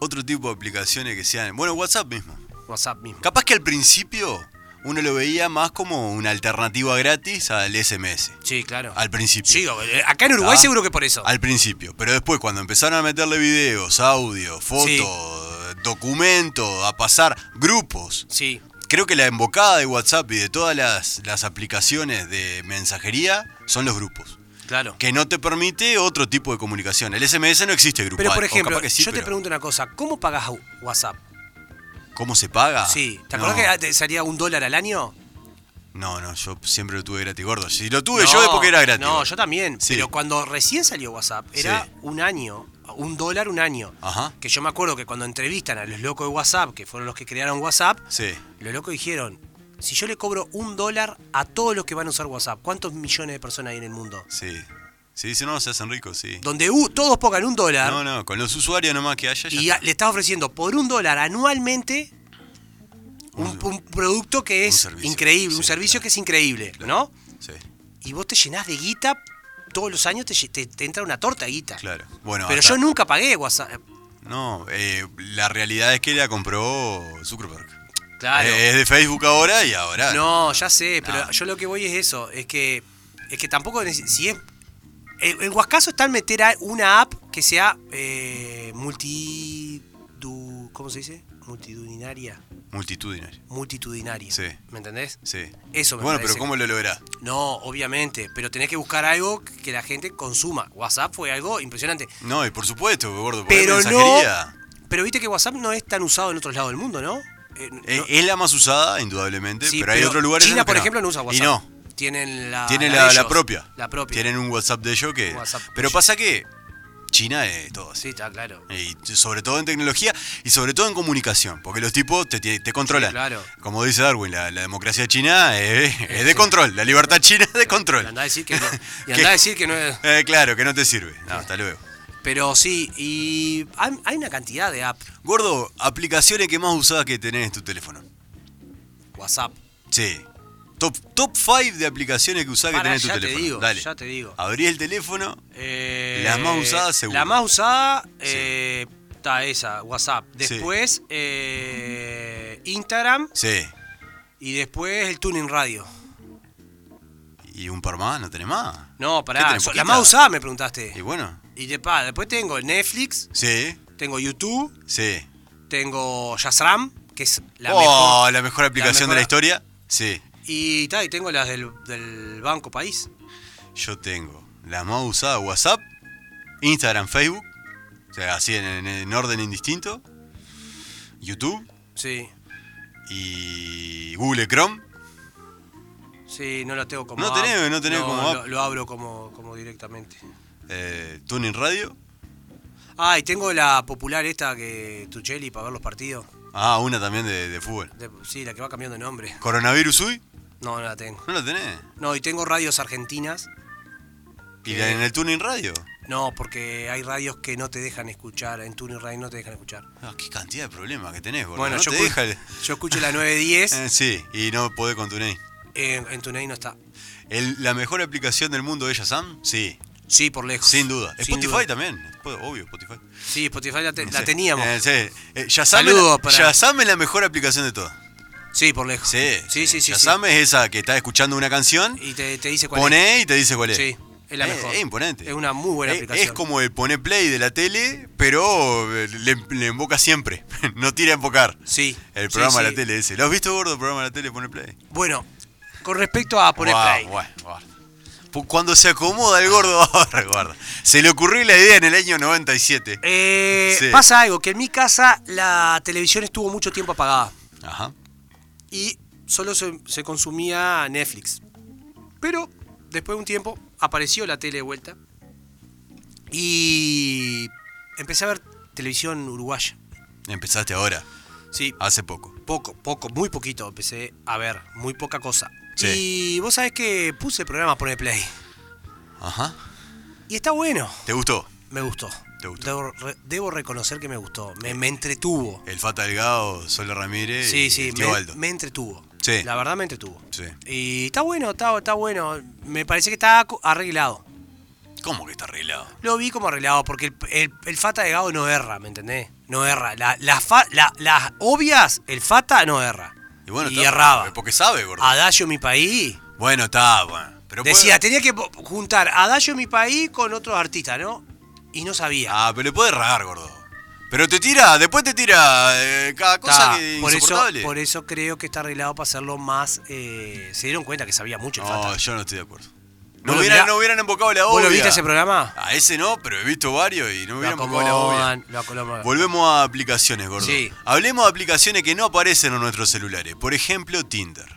[SPEAKER 5] Otro tipo de aplicaciones que sean. Bueno, WhatsApp mismo.
[SPEAKER 4] WhatsApp mismo.
[SPEAKER 5] Capaz que al principio uno lo veía más como una alternativa gratis al SMS.
[SPEAKER 4] Sí, claro.
[SPEAKER 5] Al principio.
[SPEAKER 4] Sí, eh, acá en Uruguay
[SPEAKER 5] Ah.
[SPEAKER 4] seguro que por eso.
[SPEAKER 5] Al principio. Pero después, cuando empezaron a meterle videos, audio, fotos,
[SPEAKER 4] Sí.
[SPEAKER 5] documentos, a pasar grupos.
[SPEAKER 4] Sí.
[SPEAKER 5] Creo que la embocada de WhatsApp y de todas las, las aplicaciones de mensajería son los grupos.
[SPEAKER 4] Claro.
[SPEAKER 5] Que no te permite otro tipo de comunicación. El SMS no existe grupal.
[SPEAKER 4] Pero por
[SPEAKER 5] o
[SPEAKER 4] ejemplo,
[SPEAKER 5] capaz que sí,
[SPEAKER 4] yo te
[SPEAKER 5] pero
[SPEAKER 4] pregunto una cosa, ¿cómo pagas a WhatsApp?
[SPEAKER 5] ¿Cómo se paga?
[SPEAKER 4] sí, ¿te
[SPEAKER 5] No.
[SPEAKER 4] acordás que ah, te salía un dólar al año?
[SPEAKER 5] No, no, yo siempre lo tuve gratis, gordo. Si lo tuve yo es porque era gratis.
[SPEAKER 4] No,
[SPEAKER 5] gordo.
[SPEAKER 4] yo también.
[SPEAKER 5] Sí.
[SPEAKER 4] Pero cuando recién salió WhatsApp, era
[SPEAKER 5] Sí.
[SPEAKER 4] un año, un dólar un año.
[SPEAKER 5] Ajá.
[SPEAKER 4] Que yo me acuerdo que cuando entrevistan a los locos de WhatsApp, que fueron los que crearon WhatsApp,
[SPEAKER 5] Sí.
[SPEAKER 4] los locos dijeron, si yo le cobro un dólar a todos los que van a usar WhatsApp, ¿cuántos millones de personas hay en el mundo?
[SPEAKER 5] Sí. Sí, si no, se hacen ricos, sí.
[SPEAKER 4] Donde uh, todos pongan un dólar
[SPEAKER 5] No, no, con los usuarios nomás que haya. ya
[SPEAKER 4] y
[SPEAKER 5] está.
[SPEAKER 4] a- le estás ofreciendo por un dólar anualmente un, un producto que es
[SPEAKER 5] servicio,
[SPEAKER 4] increíble, un
[SPEAKER 5] sí,
[SPEAKER 4] servicio
[SPEAKER 5] claro.
[SPEAKER 4] que es increíble, ¿no?
[SPEAKER 5] Sí,
[SPEAKER 4] Y vos te llenás de guita, todos los años te, lle- te- te entra una torta de guita.
[SPEAKER 5] claro. Bueno,
[SPEAKER 4] Pero
[SPEAKER 5] hasta-
[SPEAKER 4] yo nunca pagué WhatsApp.
[SPEAKER 5] No, eh, la realidad es que la compró Zuckerberg.
[SPEAKER 4] Claro.
[SPEAKER 5] Eh, es de Facebook ahora y ahora.
[SPEAKER 4] Ah, no, ya sé, pero
[SPEAKER 5] No.
[SPEAKER 4] yo lo que voy es eso, es que es que tampoco neces- si es el, el Huascazo está en meter a- una app que sea eh, multi du- ¿cómo se dice? multitudinaria,
[SPEAKER 5] Multitudinario.
[SPEAKER 4] multitudinaria.
[SPEAKER 5] Sí.
[SPEAKER 4] ¿Me entendés?
[SPEAKER 5] Sí.
[SPEAKER 4] Eso me
[SPEAKER 5] Bueno,
[SPEAKER 4] parece
[SPEAKER 5] pero ¿cómo lo logrará?
[SPEAKER 4] No, obviamente, pero tenés que buscar algo que la gente consuma. WhatsApp fue algo impresionante.
[SPEAKER 5] No, y por supuesto, gordo, porque
[SPEAKER 4] Pero
[SPEAKER 5] es
[SPEAKER 4] no.
[SPEAKER 5] mensajería.
[SPEAKER 4] Pero viste que WhatsApp no es tan usado en otros lados del mundo, ¿no? Eh, no-
[SPEAKER 5] Eh, Es la más usada, indudablemente,
[SPEAKER 4] sí,
[SPEAKER 5] pero hay otros lugares en
[SPEAKER 4] China,
[SPEAKER 5] los que
[SPEAKER 4] por ejemplo, no usa WhatsApp.
[SPEAKER 5] Y no,
[SPEAKER 4] Tienen Ah, la.
[SPEAKER 5] Tienen
[SPEAKER 4] de
[SPEAKER 5] la, la
[SPEAKER 4] ellos.
[SPEAKER 5] propia.
[SPEAKER 4] La propia.
[SPEAKER 5] Tienen un WhatsApp de ellos que.
[SPEAKER 4] WhatsApp
[SPEAKER 5] Pero
[SPEAKER 4] de
[SPEAKER 5] pasa que China es todo así.
[SPEAKER 4] Sí, está claro.
[SPEAKER 5] Y sobre todo en tecnología y sobre todo en comunicación, porque los tipos te, te- te controlan.
[SPEAKER 4] Sí, claro.
[SPEAKER 5] Como dice Darwin, la, la democracia china es, es de control, la libertad china es de
[SPEAKER 4] Y
[SPEAKER 5] control.
[SPEAKER 4] andá a decir que no, y
[SPEAKER 5] Que-
[SPEAKER 4] andá a decir que no es.
[SPEAKER 5] Eh, claro, que no te sirve. No, hasta luego.
[SPEAKER 4] Pero sí, y hay, hay una cantidad de apps.
[SPEAKER 5] Gordo, aplicaciones que más usadas que tenés en tu teléfono.
[SPEAKER 4] WhatsApp.
[SPEAKER 5] Sí. Top 5 de aplicaciones que usás que
[SPEAKER 4] Pará,
[SPEAKER 5] tenés en tu
[SPEAKER 4] ya te
[SPEAKER 5] teléfono.
[SPEAKER 4] digo,
[SPEAKER 5] Dale.
[SPEAKER 4] ya te digo.
[SPEAKER 5] Abrí el teléfono.
[SPEAKER 4] Eh,
[SPEAKER 5] Las más usadas, seguro.
[SPEAKER 4] La más usada
[SPEAKER 5] Sí.
[SPEAKER 4] eh, está esa, WhatsApp.
[SPEAKER 5] Sí.
[SPEAKER 4] Después eh, Instagram
[SPEAKER 5] Sí.
[SPEAKER 4] y después el Tuning Radio.
[SPEAKER 5] ¿Y un par más? ¿No tenés más?
[SPEAKER 4] No,
[SPEAKER 5] ¿Qué
[SPEAKER 4] pará.
[SPEAKER 5] tenés,
[SPEAKER 4] so- la
[SPEAKER 5] poquita?
[SPEAKER 4] más usada me
[SPEAKER 5] Y
[SPEAKER 4] preguntaste.
[SPEAKER 5] bueno.
[SPEAKER 4] Y de pa, después tengo Netflix,
[SPEAKER 5] Sí,
[SPEAKER 4] tengo YouTube,
[SPEAKER 5] sí.
[SPEAKER 4] tengo Yazram, que es la
[SPEAKER 5] oh,
[SPEAKER 4] mejor.
[SPEAKER 5] la mejor
[SPEAKER 4] mejor-
[SPEAKER 5] aplicación de la historia. Sí,
[SPEAKER 4] Y, ta, y tengo las del, del Banco País.
[SPEAKER 5] yo tengo la más usada, WhatsApp, Instagram, Facebook, o sea, así en, en- en orden indistinto, YouTube
[SPEAKER 4] Sí,
[SPEAKER 5] y Google Chrome.
[SPEAKER 4] sí, no la tengo como
[SPEAKER 5] No
[SPEAKER 4] app.
[SPEAKER 5] tenés- no tenés como
[SPEAKER 4] Lo,
[SPEAKER 5] app.
[SPEAKER 4] lo abro como, como directamente.
[SPEAKER 5] eh, Tuning Radio.
[SPEAKER 4] Ah, y tengo la popular esta que Tucheli para ver los partidos.
[SPEAKER 5] Ah, una también de, de fútbol.
[SPEAKER 4] De- sí, la que va cambiando de nombre.
[SPEAKER 5] Coronavirus Uy,
[SPEAKER 4] No, no la tengo.
[SPEAKER 5] no la tenés.
[SPEAKER 4] No, y tengo radios argentinas.
[SPEAKER 5] Y
[SPEAKER 4] Eh.
[SPEAKER 5] en el Tuning Radio.
[SPEAKER 4] No, porque hay radios que no te dejan escuchar. En Tuning Radio no te dejan escuchar.
[SPEAKER 5] Ah, qué cantidad de problemas que tenés, gordo.
[SPEAKER 4] Bueno,
[SPEAKER 5] no
[SPEAKER 4] yo,
[SPEAKER 5] te
[SPEAKER 4] escu-
[SPEAKER 5] deja el-
[SPEAKER 4] yo escucho la 910.
[SPEAKER 5] Eh, sí, y no podés con Tuning.
[SPEAKER 4] en, en TuneIn no está.
[SPEAKER 5] El- la mejor aplicación del mundo de Yazam, sí,
[SPEAKER 4] Sí, por lejos.
[SPEAKER 5] sin duda.
[SPEAKER 4] Sin
[SPEAKER 5] Spotify
[SPEAKER 4] duda.
[SPEAKER 5] también, Después, obvio, Spotify.
[SPEAKER 4] Sí, Spotify la, te- la
[SPEAKER 5] Sí.
[SPEAKER 4] teníamos.
[SPEAKER 5] Eh, sí. Eh, Yazam
[SPEAKER 4] Saludos
[SPEAKER 5] es la,
[SPEAKER 4] para-
[SPEAKER 5] Yazam es la mejor aplicación de todas.
[SPEAKER 4] Sí, por lejos.
[SPEAKER 5] Sí,
[SPEAKER 4] sí, sí. sí,
[SPEAKER 5] Yazam es esa que estás escuchando una canción,
[SPEAKER 4] Y te, te dice cuál es.
[SPEAKER 5] pone y te dice cuál es.
[SPEAKER 4] Sí, es la
[SPEAKER 5] Eh,
[SPEAKER 4] mejor.
[SPEAKER 5] Es imponente.
[SPEAKER 4] Es una muy buena
[SPEAKER 5] Eh,
[SPEAKER 4] aplicación.
[SPEAKER 5] Es como el pone play de la tele, pero eh, le, le emboca siempre. no tira a embocar.
[SPEAKER 4] Sí.
[SPEAKER 5] El
[SPEAKER 4] sí,
[SPEAKER 5] programa de
[SPEAKER 4] sí.
[SPEAKER 5] la tele ese. ¿Lo has visto, gordo, el programa de la tele pone play?
[SPEAKER 4] Bueno, con respecto a poner
[SPEAKER 5] Guau,
[SPEAKER 4] play.
[SPEAKER 5] guau, guau. Pu- Cuando se acomoda el gordo, ahora, guarda. Se le ocurrió la idea en el año 97.
[SPEAKER 4] Eh,
[SPEAKER 5] Sí.
[SPEAKER 4] Pasa algo, que en mi casa la televisión estuvo mucho tiempo apagada.
[SPEAKER 5] Ajá.
[SPEAKER 4] y solo se, se consumía Netflix. Pero después de un tiempo apareció la tele de vuelta y empecé a ver televisión uruguaya.
[SPEAKER 5] Empezaste ahora,
[SPEAKER 4] Sí,
[SPEAKER 5] hace poco.
[SPEAKER 4] poco, poco, muy poquito empecé a ver, muy poca cosa.
[SPEAKER 5] Sí.
[SPEAKER 4] Y vos sabés que puse el programa Pone Play
[SPEAKER 5] Ajá.
[SPEAKER 4] y está bueno.
[SPEAKER 5] ¿Te gustó?
[SPEAKER 4] Me gustó.
[SPEAKER 5] Te gustó.
[SPEAKER 4] Debo, re- debo reconocer que me gustó, me, me entretuvo.
[SPEAKER 5] El Fata Delgado, Sola Ramírez
[SPEAKER 4] Sí,
[SPEAKER 5] y
[SPEAKER 4] sí,
[SPEAKER 5] el tío
[SPEAKER 4] me,
[SPEAKER 5] Aldo.
[SPEAKER 4] me entretuvo.
[SPEAKER 5] Sí.
[SPEAKER 4] La verdad me entretuvo.
[SPEAKER 5] Sí.
[SPEAKER 4] Y está bueno, está, está bueno. Me parece que está co- arreglado.
[SPEAKER 5] ¿Cómo que está arreglado?
[SPEAKER 4] Lo vi como arreglado, porque el, el- el Fata de Gado no erra, ¿me entendés? No erra. La- la fa- la- las obvias, el Fata no erra. Y,
[SPEAKER 5] está- eh,
[SPEAKER 4] erraba.
[SPEAKER 5] Porque sabe, gordo.
[SPEAKER 4] Adagio mi país.
[SPEAKER 5] Bueno, está, bueno. Pero puede-
[SPEAKER 4] Decía, tenía que po- juntar Adagio mi país con otros artistas, ¿no? Y no sabía.
[SPEAKER 5] Ah, pero le puede errar, gordo. Pero te tira, después te tira eh, cada cosa
[SPEAKER 4] Está,
[SPEAKER 5] que
[SPEAKER 4] por, eso,
[SPEAKER 5] insoportable.
[SPEAKER 4] por eso creo que está arreglado para hacerlo más. eh, se dieron cuenta que sabía mucho el
[SPEAKER 5] No,
[SPEAKER 4] Fata.
[SPEAKER 5] yo no estoy de acuerdo.
[SPEAKER 4] Vos
[SPEAKER 5] No,
[SPEAKER 4] lo
[SPEAKER 5] hubieran,
[SPEAKER 4] mirá-
[SPEAKER 5] no hubieran invocado la obvia.
[SPEAKER 4] ¿Vos lo viste ese programa?
[SPEAKER 5] A ese no, pero he visto varios y
[SPEAKER 4] Lo
[SPEAKER 5] no me hubieran invocado la obvia.
[SPEAKER 4] acomodan, lo acomodan.
[SPEAKER 5] Volvemos a aplicaciones, gordo.
[SPEAKER 4] Sí.
[SPEAKER 5] Hablemos de aplicaciones que no aparecen en nuestros celulares. Por ejemplo, Tinder.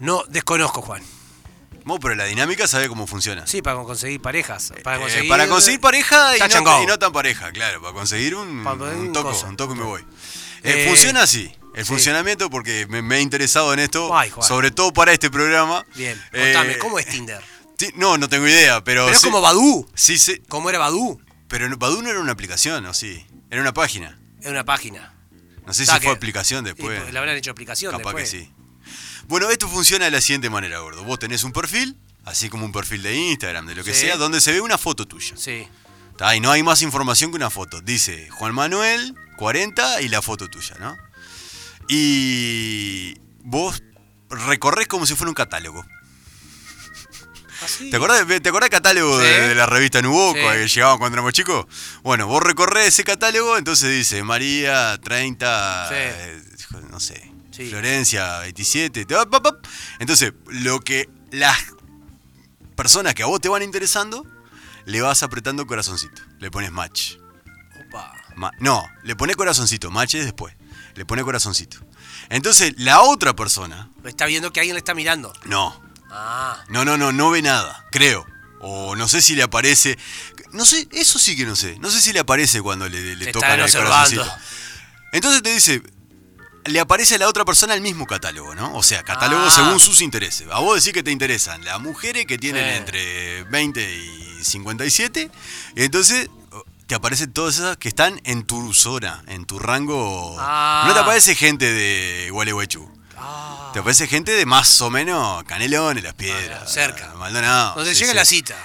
[SPEAKER 4] No, desconozco, Juan.
[SPEAKER 5] Vos, pero la dinámica sabe cómo funciona.
[SPEAKER 4] Sí, para conseguir parejas.
[SPEAKER 5] Eh,
[SPEAKER 4] Para conseguir,
[SPEAKER 5] para conseguir pareja y
[SPEAKER 4] Está
[SPEAKER 5] no,
[SPEAKER 4] changado.
[SPEAKER 5] y no tan pareja, claro. Para conseguir un,
[SPEAKER 4] Para conseguir
[SPEAKER 5] un
[SPEAKER 4] un
[SPEAKER 5] toco,
[SPEAKER 4] coso.
[SPEAKER 5] un toco y me voy. Eh,
[SPEAKER 4] Eh,
[SPEAKER 5] funciona así. El
[SPEAKER 4] sí.
[SPEAKER 5] funcionamiento, porque me, me he interesado en esto,
[SPEAKER 4] Ay, Juan.
[SPEAKER 5] sobre todo para este programa.
[SPEAKER 4] Bien,
[SPEAKER 5] Eh,
[SPEAKER 4] contame, ¿cómo es Tinder?
[SPEAKER 5] ti- No, no tengo idea, pero.
[SPEAKER 4] Pero es
[SPEAKER 5] sí-
[SPEAKER 4] como Badoo.
[SPEAKER 5] Sí, sí.
[SPEAKER 4] ¿Cómo era Badoo?
[SPEAKER 5] Pero no- Badoo no era una aplicación, ¿o sí? Era una página.
[SPEAKER 4] Era una página.
[SPEAKER 5] No sé
[SPEAKER 4] Está
[SPEAKER 5] si fue
[SPEAKER 4] que-
[SPEAKER 5] aplicación después.
[SPEAKER 4] Y, pues, Le habrán hecho aplicación
[SPEAKER 5] Capaz
[SPEAKER 4] después.
[SPEAKER 5] que sí. Bueno, esto funciona de la siguiente manera, gordo. Vos tenés un perfil, así como un perfil de Instagram, de lo que
[SPEAKER 4] Sí.
[SPEAKER 5] sea, donde se ve una foto tuya.
[SPEAKER 4] Sí.
[SPEAKER 5] Está, y no hay más información que una foto. Dice Juan Manuel, 40 y la foto tuya, ¿no? Y vos recorres como si fuera un catálogo.
[SPEAKER 4] Así.
[SPEAKER 5] ¿Te acordás, ¿Te acordás del catálogo
[SPEAKER 4] Sí.
[SPEAKER 5] de, de la revista Nuboco eh,
[SPEAKER 4] Sí.
[SPEAKER 5] que llegaban cuando éramos chicos? Bueno, vos recorres ese catálogo, entonces dice María 30,
[SPEAKER 4] Sí.
[SPEAKER 5] eh, no sé,
[SPEAKER 4] Sí.
[SPEAKER 5] Florencia 27. te va, pap, pap. Entonces, lo que las personas que a vos te van interesando, le vas apretando corazoncito. Le pones match.
[SPEAKER 4] Opa.
[SPEAKER 5] Ma- no, le pones corazoncito, match es después. Le pones corazoncito. Entonces, la otra persona,
[SPEAKER 4] Lo está viendo que alguien le está mirando.
[SPEAKER 5] no,
[SPEAKER 4] Ah.
[SPEAKER 5] no, no, no, no ve nada, creo. O no sé si le aparece. No sé, eso sí que no sé. No sé si le aparece cuando le, le
[SPEAKER 4] Te están
[SPEAKER 5] tocan el
[SPEAKER 4] observando.
[SPEAKER 5] corazoncito. Entonces te dice. Le aparece a la otra persona el mismo catálogo, ¿no? O sea, catálogo
[SPEAKER 4] Ah.
[SPEAKER 5] según sus intereses. A vos decís que te interesan las mujeres que tienen
[SPEAKER 4] Sí.
[SPEAKER 5] entre 20 y 57. Y entonces oh, te aparecen todas esas que están en tu zona, en tu rango.
[SPEAKER 4] Ah.
[SPEAKER 5] No te aparece gente de Gualeguaychú.
[SPEAKER 4] Ah.
[SPEAKER 5] Te aparece gente de más o menos Canelón, en las piedras.
[SPEAKER 4] Ah, cerca.
[SPEAKER 5] Maldonado.
[SPEAKER 4] Donde
[SPEAKER 5] sí,
[SPEAKER 4] llega
[SPEAKER 5] sí.
[SPEAKER 4] la cita.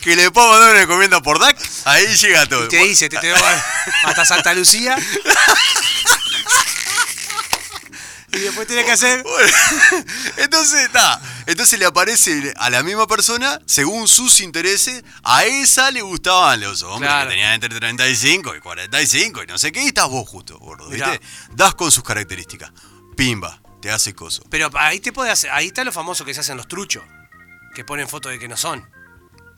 [SPEAKER 5] Que le puedo mandar una encomienda por DAC, ahí llega todo.
[SPEAKER 4] Y te dice, te tengo hasta Santa Lucía. y después tiene que hacer.
[SPEAKER 5] Bueno, entonces, está. Entonces le aparece a la misma persona, según sus intereses, a esa le gustaban los hombres
[SPEAKER 4] Claro.
[SPEAKER 5] que tenían entre 35 y 45 y no sé qué, y estás vos justo, gordo, ¿viste?
[SPEAKER 4] Mirá.
[SPEAKER 5] Das con sus características. Pimba, te hace coso.
[SPEAKER 4] Pero ahí te puede hacer, ahí está lo famoso que se hacen los truchos, que ponen fotos de que no son.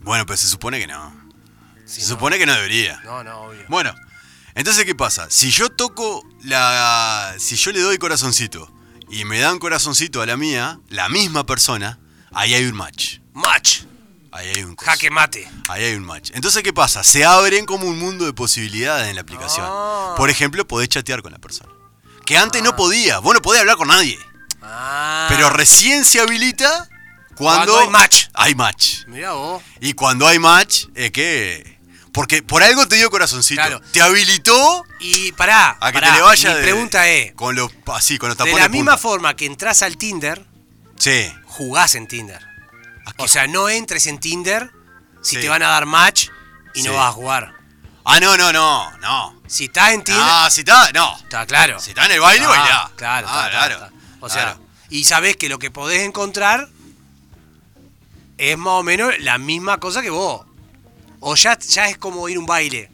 [SPEAKER 5] Bueno, pero se supone que no.
[SPEAKER 4] Sí,
[SPEAKER 5] Se
[SPEAKER 4] no.
[SPEAKER 5] supone que no debería.
[SPEAKER 4] No, no, obvio.
[SPEAKER 5] Bueno, entonces ¿qué pasa? Si yo toco la... Si yo le doy corazoncito y me dan corazoncito a la mía, la misma persona, ahí hay un match.
[SPEAKER 4] Match,
[SPEAKER 5] Ahí hay un coso.
[SPEAKER 4] jaque mate.
[SPEAKER 5] Ahí hay un match. Entonces, ¿qué pasa? Se abren como un mundo de posibilidades en la aplicación.
[SPEAKER 4] Ah.
[SPEAKER 5] Por ejemplo, podés chatear con la persona. Que antes no podía. Vos no podías hablar con nadie.
[SPEAKER 4] Ah,
[SPEAKER 5] Pero recién se habilita cuando,
[SPEAKER 4] Cuando hay match.
[SPEAKER 5] Hay match.
[SPEAKER 4] mirá vos.
[SPEAKER 5] Y cuando hay match, es que... Porque por algo te dio corazoncito.
[SPEAKER 4] Claro.
[SPEAKER 5] Te habilitó
[SPEAKER 4] Y pará,
[SPEAKER 5] a que
[SPEAKER 4] pará,
[SPEAKER 5] te le vaya
[SPEAKER 4] mi
[SPEAKER 5] de-
[SPEAKER 4] pregunta es,
[SPEAKER 5] Con los, así, con los
[SPEAKER 4] de
[SPEAKER 5] tapones
[SPEAKER 4] la
[SPEAKER 5] de
[SPEAKER 4] misma
[SPEAKER 5] punta.
[SPEAKER 4] forma que entras al Tinder,
[SPEAKER 5] Sí.
[SPEAKER 4] jugás en Tinder.
[SPEAKER 5] Aquí-
[SPEAKER 4] O sea, no entres en Tinder si
[SPEAKER 5] Sí.
[SPEAKER 4] te van a dar match y no
[SPEAKER 5] Sí.
[SPEAKER 4] vas a jugar.
[SPEAKER 5] Ah, no, no, no, no.
[SPEAKER 4] Si estás en Tinder,
[SPEAKER 5] Ah, si está, no.
[SPEAKER 4] está claro.
[SPEAKER 5] Si está en el baile,
[SPEAKER 4] Ah,
[SPEAKER 5] bailá.
[SPEAKER 4] Claro,
[SPEAKER 5] Ah,
[SPEAKER 4] está, está,
[SPEAKER 5] claro.
[SPEAKER 4] está. O sea,
[SPEAKER 5] Claro.
[SPEAKER 4] y sabés que lo que podés encontrar es más o menos la misma cosa que vos. O ya, ya es como ir a un baile.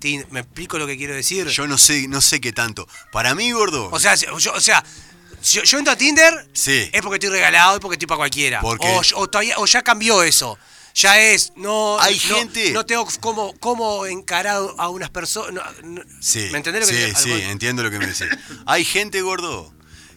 [SPEAKER 4] Tin- ¿Me explico lo que quiero decir?
[SPEAKER 5] Yo no sé, no sé qué tanto. Para mí, gordo.
[SPEAKER 4] o sea, yo, o sea, yo, yo entro a Tinder
[SPEAKER 5] Sí.
[SPEAKER 4] es porque estoy regalado y porque estoy para cualquiera.
[SPEAKER 5] Porque-
[SPEAKER 4] O, o todavía, o ya cambió eso. Ya es, no,
[SPEAKER 5] Hay
[SPEAKER 4] no-
[SPEAKER 5] gente-
[SPEAKER 4] no tengo cómo, cómo encarar a unas personas. no- no-
[SPEAKER 5] sí,
[SPEAKER 4] ¿Me entendés lo que
[SPEAKER 5] sí,
[SPEAKER 4] digo?
[SPEAKER 5] sí, entiendo lo que me decís. Hay gente, gordo,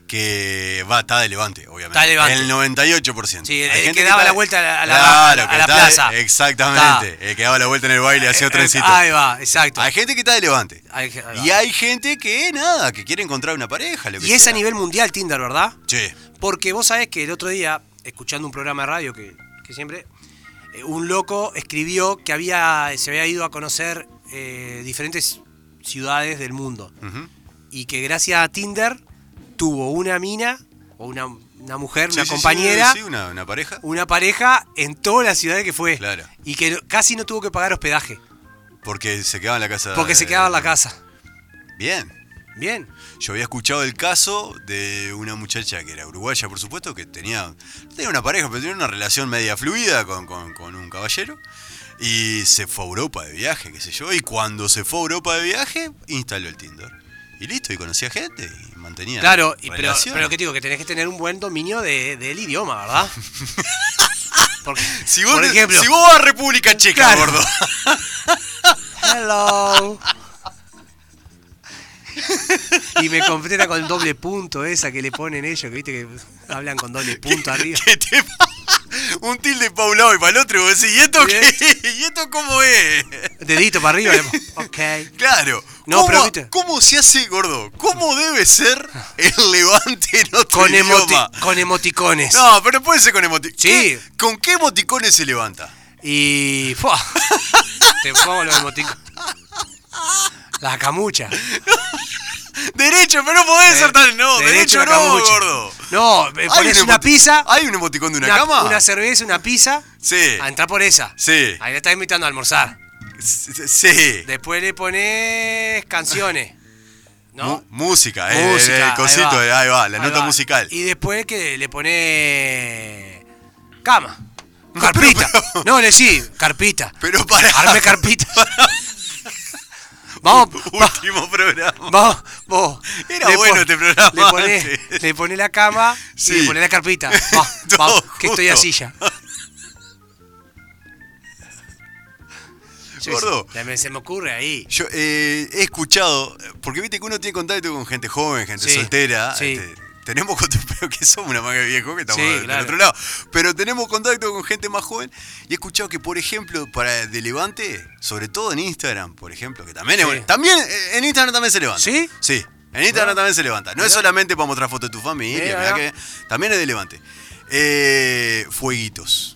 [SPEAKER 5] que va, está de levante, obviamente.
[SPEAKER 4] Está de Levante.
[SPEAKER 5] El 98%.
[SPEAKER 4] Sí, el-
[SPEAKER 5] Hay
[SPEAKER 4] el
[SPEAKER 5] gente
[SPEAKER 4] que daba
[SPEAKER 5] está-
[SPEAKER 4] la vuelta a la- a la-
[SPEAKER 5] Claro,
[SPEAKER 4] a
[SPEAKER 5] que
[SPEAKER 4] la
[SPEAKER 5] está-
[SPEAKER 4] plaza. Eh,
[SPEAKER 5] Exactamente. El que daba la vuelta en el baile, hacía trencito.
[SPEAKER 4] Ahí va, exacto.
[SPEAKER 5] Hay gente que está de levante.
[SPEAKER 4] Hay ge- ahí va.
[SPEAKER 5] Y hay gente que nada, que quiere encontrar una pareja. Lo que
[SPEAKER 4] Y es
[SPEAKER 5] sea.
[SPEAKER 4] a nivel mundial Tinder, ¿verdad?
[SPEAKER 5] Che,
[SPEAKER 4] Porque vos sabés que el otro día, escuchando un programa de radio que, que siempre, eh, un loco escribió que había, se había ido a conocer eh, diferentes ciudades del mundo. Y que gracias a Tinder tuvo una mina, o una, una mujer,
[SPEAKER 5] sí,
[SPEAKER 4] una
[SPEAKER 5] sí,
[SPEAKER 4] compañera,
[SPEAKER 5] Sí, sí, una, una pareja.
[SPEAKER 4] una pareja en todas las ciudades que fue.
[SPEAKER 5] Claro.
[SPEAKER 4] Y que no- casi no tuvo que pagar hospedaje,
[SPEAKER 5] Porque se quedaba en la casa.
[SPEAKER 4] porque se quedaba en la casa.
[SPEAKER 5] Ah. Bien.
[SPEAKER 4] Bien.
[SPEAKER 5] Yo había escuchado el caso de una muchacha que era uruguaya, por supuesto, que tenía, no tenía una pareja, pero tenía una relación media fluida con, con- con un caballero. Y se fue a Europa de viaje, qué sé yo. Y cuando se fue a Europa de viaje, instaló el Tinder. Y listo, y conocía gente y mantenía.
[SPEAKER 4] Claro, y pero,
[SPEAKER 5] relaciones.
[SPEAKER 4] pero que te digo, que tenés que tener un buen dominio de- del idioma, ¿verdad? Porque,
[SPEAKER 5] si vos,
[SPEAKER 4] por ejemplo,
[SPEAKER 5] si vos vas a República Checa,
[SPEAKER 4] Claro.
[SPEAKER 5] gordo.
[SPEAKER 4] hello. y me completa con doble punto esa que le ponen ellos, que viste que hablan con doble punto arriba.
[SPEAKER 5] que te- un tilde para un lado y para el otro. Y vos decís, ¿y esto, qué? ¿Y esto cómo es?
[SPEAKER 4] Dedito para arriba. le pon- ok.
[SPEAKER 5] Claro.
[SPEAKER 4] No,
[SPEAKER 5] ¿Cómo,
[SPEAKER 4] pero viste-
[SPEAKER 5] ¿Cómo se hace, gordo? ¿Cómo debe ser el levante en otro
[SPEAKER 4] Con, emoti-
[SPEAKER 5] idioma?
[SPEAKER 4] con emoticones.
[SPEAKER 5] No, pero puede ser con emoticones.
[SPEAKER 4] Sí.
[SPEAKER 5] ¿Con qué emoticones se levanta?
[SPEAKER 4] Y. ¡fua! Te pongo los emoticones. La camucha. Eh,
[SPEAKER 5] Derecho, pero no podés ser tan... No, derecho,
[SPEAKER 4] la
[SPEAKER 5] no,
[SPEAKER 4] camucha.
[SPEAKER 5] gordo.
[SPEAKER 4] No, eh, pones una
[SPEAKER 5] emoti-
[SPEAKER 4] pizza.
[SPEAKER 5] ¿Hay un emoticón de una, cama?
[SPEAKER 4] Una cerveza, una pizza.
[SPEAKER 5] Sí.
[SPEAKER 4] A entrar por esa.
[SPEAKER 5] Sí.
[SPEAKER 4] Ahí la estás invitando a almorzar.
[SPEAKER 5] S- Sí.
[SPEAKER 4] Después le pones canciones. ¿No?
[SPEAKER 5] Mu- música, eh, el- el,
[SPEAKER 4] ahí
[SPEAKER 5] cosito, eh, ahí va, la
[SPEAKER 4] Ahí
[SPEAKER 5] nota
[SPEAKER 4] va.
[SPEAKER 5] musical.
[SPEAKER 4] Y después que le pones cama.
[SPEAKER 5] No,
[SPEAKER 4] Carpita.
[SPEAKER 5] pero- pero-
[SPEAKER 4] No, le sí, carpita.
[SPEAKER 5] Pero para.
[SPEAKER 4] Arme carpita. vamos, va-
[SPEAKER 5] Último programa.
[SPEAKER 4] vamos, vos.
[SPEAKER 5] Era bueno este programa
[SPEAKER 4] Le pones
[SPEAKER 5] antes.
[SPEAKER 4] le ponés la cama
[SPEAKER 5] Sí.
[SPEAKER 4] y le pones la carpita. Va,
[SPEAKER 5] Todo
[SPEAKER 4] va, que estoy
[SPEAKER 5] junto.
[SPEAKER 4] así ya. Yo-
[SPEAKER 5] Gordo.
[SPEAKER 4] también se me ocurre ahí.
[SPEAKER 5] Yo eh, he escuchado, porque viste que uno tiene contacto con gente joven, gente
[SPEAKER 4] Sí,
[SPEAKER 5] soltera.
[SPEAKER 4] sí.
[SPEAKER 5] este, tenemos contacto, pero que somos una manga de viejo que estamos
[SPEAKER 4] Sí,
[SPEAKER 5] del
[SPEAKER 4] claro.
[SPEAKER 5] otro lado. Pero tenemos contacto con gente más joven. Y he escuchado que, por ejemplo, para de Levante, sobre todo en Instagram, por ejemplo, que también es
[SPEAKER 4] Sí.
[SPEAKER 5] bueno. También eh, en Instagram también se levanta.
[SPEAKER 4] ¿Sí?
[SPEAKER 5] Sí. En Instagram también se levanta. No es solamente para mostrar fotos de tu familia,
[SPEAKER 4] Eh, Mirá.
[SPEAKER 5] mirá que- también es de Levante. Eh, fueguitos.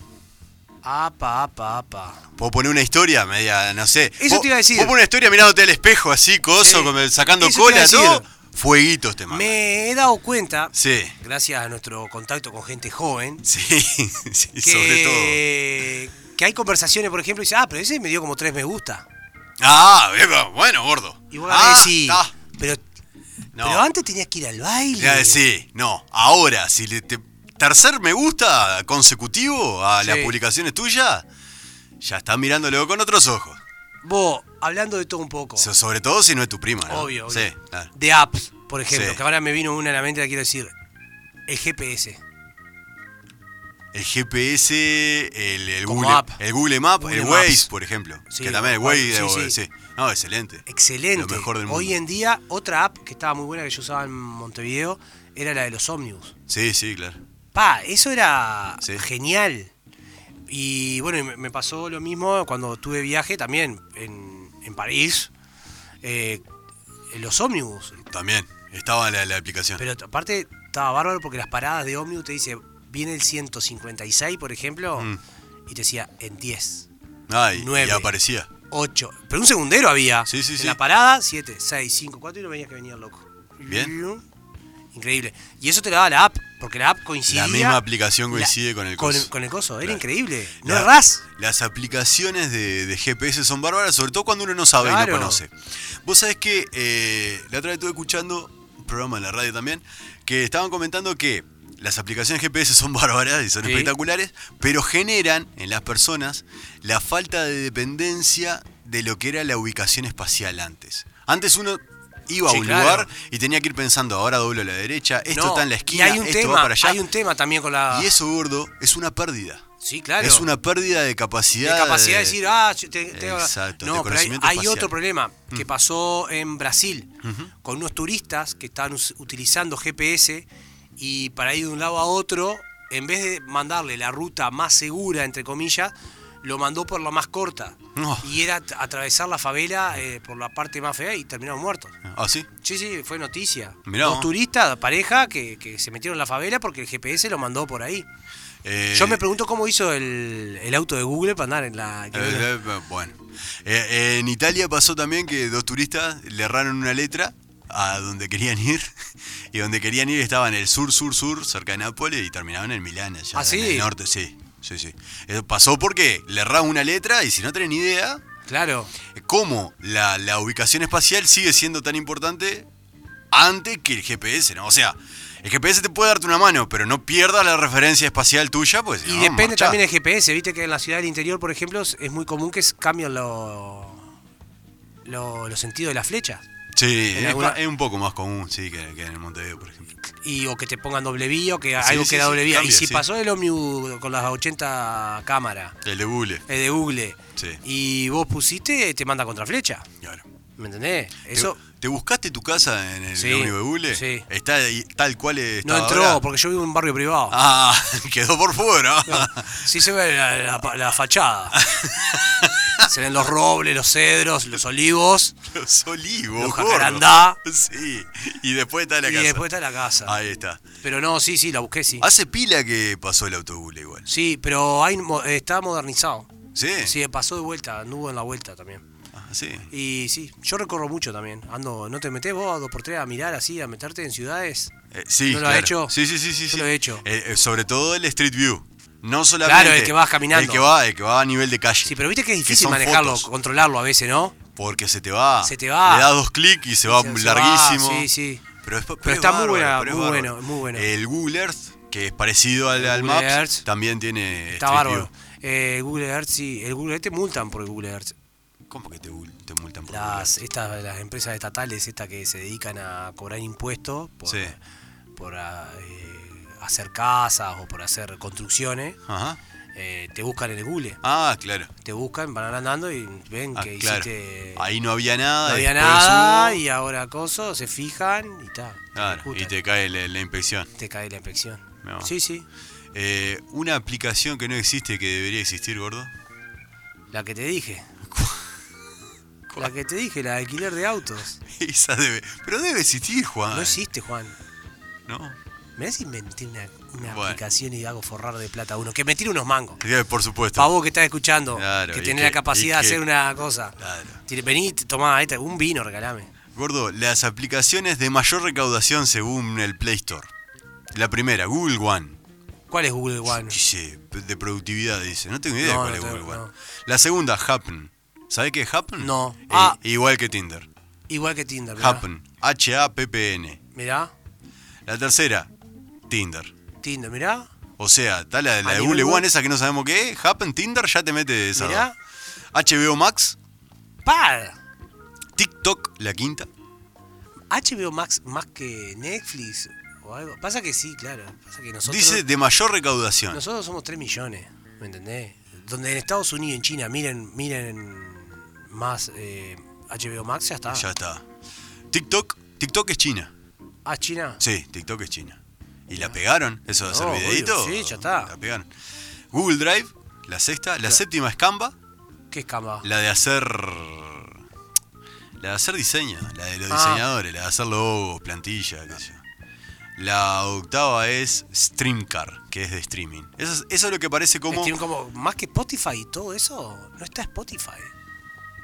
[SPEAKER 4] Apa, apa, apa.
[SPEAKER 5] Puedo poner una historia media, no sé.
[SPEAKER 4] Eso
[SPEAKER 5] Vos-
[SPEAKER 4] te iba a decir.
[SPEAKER 5] Vos poner una historia mirándote al espejo así, coso,
[SPEAKER 4] Sí.
[SPEAKER 5] con- sacando
[SPEAKER 4] Eso te
[SPEAKER 5] cola,
[SPEAKER 4] iba a
[SPEAKER 5] ¿no?
[SPEAKER 4] decir.
[SPEAKER 5] Fueguitos te mandan.
[SPEAKER 4] Me he dado cuenta,
[SPEAKER 5] Sí,
[SPEAKER 4] gracias a nuestro contacto con gente joven,
[SPEAKER 5] sí, sí,
[SPEAKER 4] que,
[SPEAKER 5] sobre todo.
[SPEAKER 4] que hay conversaciones, por ejemplo, y dice, ah, pero ese me dio como tres me gusta.
[SPEAKER 5] Ah, viejo, bueno, gordo.
[SPEAKER 4] Y vos
[SPEAKER 5] ah,
[SPEAKER 4] decís,
[SPEAKER 5] está.
[SPEAKER 4] pero,
[SPEAKER 5] No.
[SPEAKER 4] pero antes tenías que ir al baile.
[SPEAKER 5] Ya, sí, no. Ahora, si le te, tercer me gusta consecutivo a las
[SPEAKER 4] Sí.
[SPEAKER 5] publicaciones tuyas, ya estás mirándolo con otros ojos.
[SPEAKER 4] Vos, hablando de todo un poco,
[SPEAKER 5] So- Sobre todo si no es tu prima, ¿no?
[SPEAKER 4] obvio, obvio.
[SPEAKER 5] Sí, claro.
[SPEAKER 4] de apps, por ejemplo,
[SPEAKER 5] Sí.
[SPEAKER 4] que ahora me vino una a la mente, la quiero decir, el GPS.
[SPEAKER 5] El GPS, el, el
[SPEAKER 4] Como
[SPEAKER 5] Google,
[SPEAKER 4] app.
[SPEAKER 5] el Google Map,
[SPEAKER 4] Google
[SPEAKER 5] el
[SPEAKER 4] Maps.
[SPEAKER 5] Waze, por ejemplo.
[SPEAKER 4] Sí,
[SPEAKER 5] que también el
[SPEAKER 4] bueno,
[SPEAKER 5] Waze,
[SPEAKER 4] sí,
[SPEAKER 5] o-
[SPEAKER 4] sí.
[SPEAKER 5] sí. No, excelente.
[SPEAKER 4] Excelente.
[SPEAKER 5] Lo mejor del
[SPEAKER 4] Hoy
[SPEAKER 5] mundo.
[SPEAKER 4] en día, otra app que estaba muy buena que yo usaba en Montevideo era la de los ómnibus.
[SPEAKER 5] Sí, sí, claro.
[SPEAKER 4] Pa, eso era
[SPEAKER 5] Sí.
[SPEAKER 4] genial. Y bueno, y me- me pasó lo mismo cuando tuve viaje también en, en París. eh, en los ómnibus.
[SPEAKER 5] También. Estaba la, la aplicación.
[SPEAKER 4] Pero t- aparte estaba bárbaro porque las paradas de ómnibus te dice, viene el 156, por ejemplo,
[SPEAKER 5] Mm.
[SPEAKER 4] y te decía en 10,
[SPEAKER 5] Ah, y, y
[SPEAKER 4] nueve.
[SPEAKER 5] aparecía.
[SPEAKER 4] 8. Pero un segundero había.
[SPEAKER 5] Sí, sí,
[SPEAKER 4] en
[SPEAKER 5] sí.
[SPEAKER 4] la parada, 7, 6, 5, 4 y no venías que venía el loco.
[SPEAKER 5] Bien.
[SPEAKER 4] Increíble. Y eso te lo daba la app, porque la app coincidía.
[SPEAKER 5] La misma aplicación
[SPEAKER 4] la-
[SPEAKER 5] coincide con el
[SPEAKER 4] con,
[SPEAKER 5] coso.
[SPEAKER 4] con el coso. Era
[SPEAKER 5] Claro.
[SPEAKER 4] increíble. No
[SPEAKER 5] La-
[SPEAKER 4] errás.
[SPEAKER 5] Las aplicaciones de, de GPS son bárbaras, sobre todo cuando uno no sabe y
[SPEAKER 4] Claro.
[SPEAKER 5] no conoce. Vos sabés que eh, la otra vez estuve escuchando un programa en la radio también, que estaban comentando que las aplicaciones GPS son bárbaras y son
[SPEAKER 4] Sí.
[SPEAKER 5] espectaculares, pero generan en las personas la falta de dependencia de lo que era la ubicación espacial antes. Antes uno iba
[SPEAKER 4] Sí,
[SPEAKER 5] a un
[SPEAKER 4] claro.
[SPEAKER 5] lugar y tenía que ir pensando, ahora doblo a la derecha, esto
[SPEAKER 4] No,
[SPEAKER 5] está en la esquina,
[SPEAKER 4] y hay un
[SPEAKER 5] esto
[SPEAKER 4] tema,
[SPEAKER 5] va para allá.
[SPEAKER 4] Hay un tema también con la.
[SPEAKER 5] Y eso, gordo, es una pérdida.
[SPEAKER 4] sí, claro.
[SPEAKER 5] Es una pérdida de
[SPEAKER 4] Ah, de
[SPEAKER 5] capacidad.
[SPEAKER 4] capacidad de decir, ah, yo te- te-
[SPEAKER 5] Exacto, de
[SPEAKER 4] no, pero hay,
[SPEAKER 5] conocimiento
[SPEAKER 4] hay
[SPEAKER 5] espacial. Mm.
[SPEAKER 4] otro problema que pasó en Brasil con unos turistas que estaban us- utilizando GPS y para ir de un lado a otro, en vez de mandarle la ruta más segura, entre comillas, lo mandó por la más corta.
[SPEAKER 5] No.
[SPEAKER 4] Y era at- atravesar la favela eh, por la parte más fea y terminaron muertos.
[SPEAKER 5] Ah, sí.
[SPEAKER 4] Sí, sí, fue noticia.
[SPEAKER 5] Mirá
[SPEAKER 4] Dos
[SPEAKER 5] vos.
[SPEAKER 4] turistas, pareja, que, que se metieron en la favela porque el GPS lo mandó por ahí.
[SPEAKER 5] Eh,
[SPEAKER 4] Yo me pregunto cómo hizo el, el auto de Google para andar en la... que no-
[SPEAKER 5] eh, eh, bueno. Eh, eh, en Italia pasó también que dos turistas le erraron una letra a donde querían ir. Y donde querían ir estaban en el sur, sur, sur, cerca de Nápoles, y terminaban en Milán, allá
[SPEAKER 4] ¿Ah, sí?
[SPEAKER 5] en el norte, sí. Sí, sí. Eh, pasó porque le erraron una letra y si no tenés ni idea,
[SPEAKER 4] Claro.
[SPEAKER 5] cómo la, la ubicación espacial sigue siendo tan importante antes que el GPS, ¿no? O sea, el GPS te puede darte una mano, pero no pierdas la referencia espacial tuya, pues.
[SPEAKER 4] Y depende también el GPS, viste que en la ciudad del interior, por ejemplo, es es muy común que s- cambien los los sentidos de las flechas.
[SPEAKER 5] Sí,
[SPEAKER 4] en
[SPEAKER 5] es,
[SPEAKER 4] alguna-
[SPEAKER 5] pa- es un poco más común, sí, que, que en el Montevideo, por ejemplo.
[SPEAKER 4] Y, o que te pongan doble vía, o que
[SPEAKER 5] Sí,
[SPEAKER 4] algo
[SPEAKER 5] sí,
[SPEAKER 4] queda
[SPEAKER 5] sí,
[SPEAKER 4] doble vía.
[SPEAKER 5] cambia,
[SPEAKER 4] y si
[SPEAKER 5] sí.
[SPEAKER 4] pasó el ómnibus con las 80 cámaras
[SPEAKER 5] El de Google.
[SPEAKER 4] eh, de Google
[SPEAKER 5] Sí.
[SPEAKER 4] y vos pusiste, te manda contra flecha.
[SPEAKER 5] Claro.
[SPEAKER 4] ¿Me entendés? Eso
[SPEAKER 5] ¿Te, te buscaste tu casa en el
[SPEAKER 4] Sí,
[SPEAKER 5] ómnibus de Google?
[SPEAKER 4] sí.
[SPEAKER 5] Está ahí, tal cual está
[SPEAKER 4] no entró
[SPEAKER 5] ahora?
[SPEAKER 4] porque yo vivo en un barrio privado.
[SPEAKER 5] Ah, quedó por fuera.
[SPEAKER 4] Sí se ve la, la pa- la fachada. se ven los robles, los cedros, los olivos.
[SPEAKER 5] Los olivos,
[SPEAKER 4] Los
[SPEAKER 5] gordo.
[SPEAKER 4] jacarandá.
[SPEAKER 5] Sí. Y después está la
[SPEAKER 4] y
[SPEAKER 5] casa.
[SPEAKER 4] después está la casa.
[SPEAKER 5] Ahí está.
[SPEAKER 4] Pero no, sí, sí, la busqué, sí.
[SPEAKER 5] Hace pila que pasó el autobús igual.
[SPEAKER 4] Sí, pero hay, mo- eh, está modernizado.
[SPEAKER 5] ¿Sí?
[SPEAKER 4] Sí, pasó de vuelta, anduvo en la vuelta también.
[SPEAKER 5] Ah, sí.
[SPEAKER 4] Y sí, yo recorro mucho también. Ando, no te metés vos a dos por tres a mirar así, a meterte en ciudades.
[SPEAKER 5] Eh, sí,
[SPEAKER 4] ¿No lo
[SPEAKER 5] claro.
[SPEAKER 4] ha hecho?
[SPEAKER 5] Sí, sí, sí, sí.
[SPEAKER 4] Yo
[SPEAKER 5] sí.
[SPEAKER 4] lo he hecho.
[SPEAKER 5] Eh, eh, sobre todo el Street View. No solamente.
[SPEAKER 4] Claro, el que vas caminando.
[SPEAKER 5] El que va, el que va a nivel de calle.
[SPEAKER 4] Sí, pero viste que es difícil
[SPEAKER 5] son
[SPEAKER 4] manejarlo,
[SPEAKER 5] fotos,
[SPEAKER 4] controlarlo a veces, ¿no?
[SPEAKER 5] porque se te va.
[SPEAKER 4] Se te va.
[SPEAKER 5] Le das dos clics y se va
[SPEAKER 4] Se- se va,
[SPEAKER 5] larguísimo.
[SPEAKER 4] sí, sí.
[SPEAKER 5] Pero, es- pero
[SPEAKER 4] Pero
[SPEAKER 5] es
[SPEAKER 4] está muy
[SPEAKER 5] bárbaro,
[SPEAKER 4] buena,
[SPEAKER 5] pero es
[SPEAKER 4] muy
[SPEAKER 5] bárbaro.
[SPEAKER 4] bueno, muy bueno.
[SPEAKER 5] El Google Earth, que es parecido al, al
[SPEAKER 4] Google
[SPEAKER 5] Maps,
[SPEAKER 4] Earth.
[SPEAKER 5] también
[SPEAKER 4] Está
[SPEAKER 5] tiene Street
[SPEAKER 4] bárbaro.
[SPEAKER 5] View.
[SPEAKER 4] Eh, Google Earth, sí. El Google Earth te multan por el Google Earth.
[SPEAKER 5] ¿Cómo que te, bul- te multan por Google
[SPEAKER 4] Las,
[SPEAKER 5] Earth?
[SPEAKER 4] estas, las empresas estatales estas que se dedican a cobrar impuestos por,
[SPEAKER 5] Sí.
[SPEAKER 4] por ah, eh, hacer casas o por hacer construcciones,
[SPEAKER 5] Ajá.
[SPEAKER 4] eh, te buscan en el Google.
[SPEAKER 5] Ah, claro.
[SPEAKER 4] Te buscan, van andando y ven
[SPEAKER 5] Ah,
[SPEAKER 4] que
[SPEAKER 5] claro.
[SPEAKER 4] hiciste...
[SPEAKER 5] Ahí no había nada.
[SPEAKER 4] no había
[SPEAKER 5] después
[SPEAKER 4] nada
[SPEAKER 5] hubo.
[SPEAKER 4] y ahora coso, se fijan y ta, te
[SPEAKER 5] Claro, y
[SPEAKER 4] ejecutan.
[SPEAKER 5] te cae la, la inspección.
[SPEAKER 4] Te cae la inspección.
[SPEAKER 5] No.
[SPEAKER 4] Sí, sí.
[SPEAKER 5] Eh, una aplicación que no existe que debería existir, gordo.
[SPEAKER 4] La que te dije. La que te dije, la de alquiler de autos.
[SPEAKER 5] Esa debe. Pero debe existir, Juan.
[SPEAKER 4] No existe, Juan.
[SPEAKER 5] ¿No?
[SPEAKER 4] Me das inventé una, una
[SPEAKER 5] Bueno.
[SPEAKER 4] aplicación y hago forrar de plata a uno. Que me tire unos mangos.
[SPEAKER 5] Eh, Por supuesto.
[SPEAKER 4] Para vos que estás escuchando,
[SPEAKER 5] Claro,
[SPEAKER 4] que
[SPEAKER 5] y
[SPEAKER 4] tenés
[SPEAKER 5] que-
[SPEAKER 4] la capacidad
[SPEAKER 5] y
[SPEAKER 4] de
[SPEAKER 5] que-
[SPEAKER 4] hacer una cosa.
[SPEAKER 5] Claro.
[SPEAKER 4] Tire- Vení, tomá esta, un vino, regalame.
[SPEAKER 5] Gordo, las aplicaciones de mayor recaudación según el Play Store. La primera, Google One.
[SPEAKER 4] ¿Cuál es Google One?
[SPEAKER 5] Dice, de productividad, dice. No tengo idea
[SPEAKER 4] Ah, No,
[SPEAKER 5] cuál
[SPEAKER 4] no
[SPEAKER 5] es
[SPEAKER 4] tengo-
[SPEAKER 5] Google One.
[SPEAKER 4] no.
[SPEAKER 5] La segunda, Happen. ¿Sabés qué es Happen?
[SPEAKER 4] No.
[SPEAKER 5] Eh,
[SPEAKER 4] Ah.
[SPEAKER 5] Igual que Tinder.
[SPEAKER 4] Igual que Tinder. mirá.
[SPEAKER 5] Happen. H-A-P-P-N.
[SPEAKER 4] Mirá,
[SPEAKER 5] La tercera, Tinder.
[SPEAKER 4] Tinder, mirá.
[SPEAKER 5] O sea, está la de la
[SPEAKER 4] A
[SPEAKER 5] de
[SPEAKER 4] nivel
[SPEAKER 5] Google
[SPEAKER 4] web.
[SPEAKER 5] One, esa que no sabemos qué es. Happen Tinder ya te mete esa.
[SPEAKER 4] Mirá.
[SPEAKER 5] HBO Max,
[SPEAKER 4] ¡Pah!
[SPEAKER 5] TikTok, la quinta.
[SPEAKER 4] HBO Max más que Netflix o algo. Pasa que sí, claro. Pasa que nosotros,
[SPEAKER 5] Dice de mayor recaudación.
[SPEAKER 4] nosotros somos 3 millones, ¿me entendés? Donde en Estados Unidos y en China miren, miren más eh, HBO Max, ya está.
[SPEAKER 5] Ya está. TikTok, TikTok es China.
[SPEAKER 4] Ah, China.
[SPEAKER 5] Sí, TikTok es China. Y la pegaron, eso de hacer
[SPEAKER 4] No,
[SPEAKER 5] videíto.
[SPEAKER 4] Oh, obvio, sí, ya está.
[SPEAKER 5] La pegaron. Google Drive, la sexta. La séptima es Canva,
[SPEAKER 4] ¿Qué es Canva?
[SPEAKER 5] la de hacer. La de hacer diseño, la de los
[SPEAKER 4] Ah.
[SPEAKER 5] diseñadores, la de hacer logos, plantillas, qué sé yo. La octava es Streamcar, que es de streaming. Eso es, eso es lo que parece como.
[SPEAKER 4] Steam Este, como más que Spotify y todo eso, no está Spotify.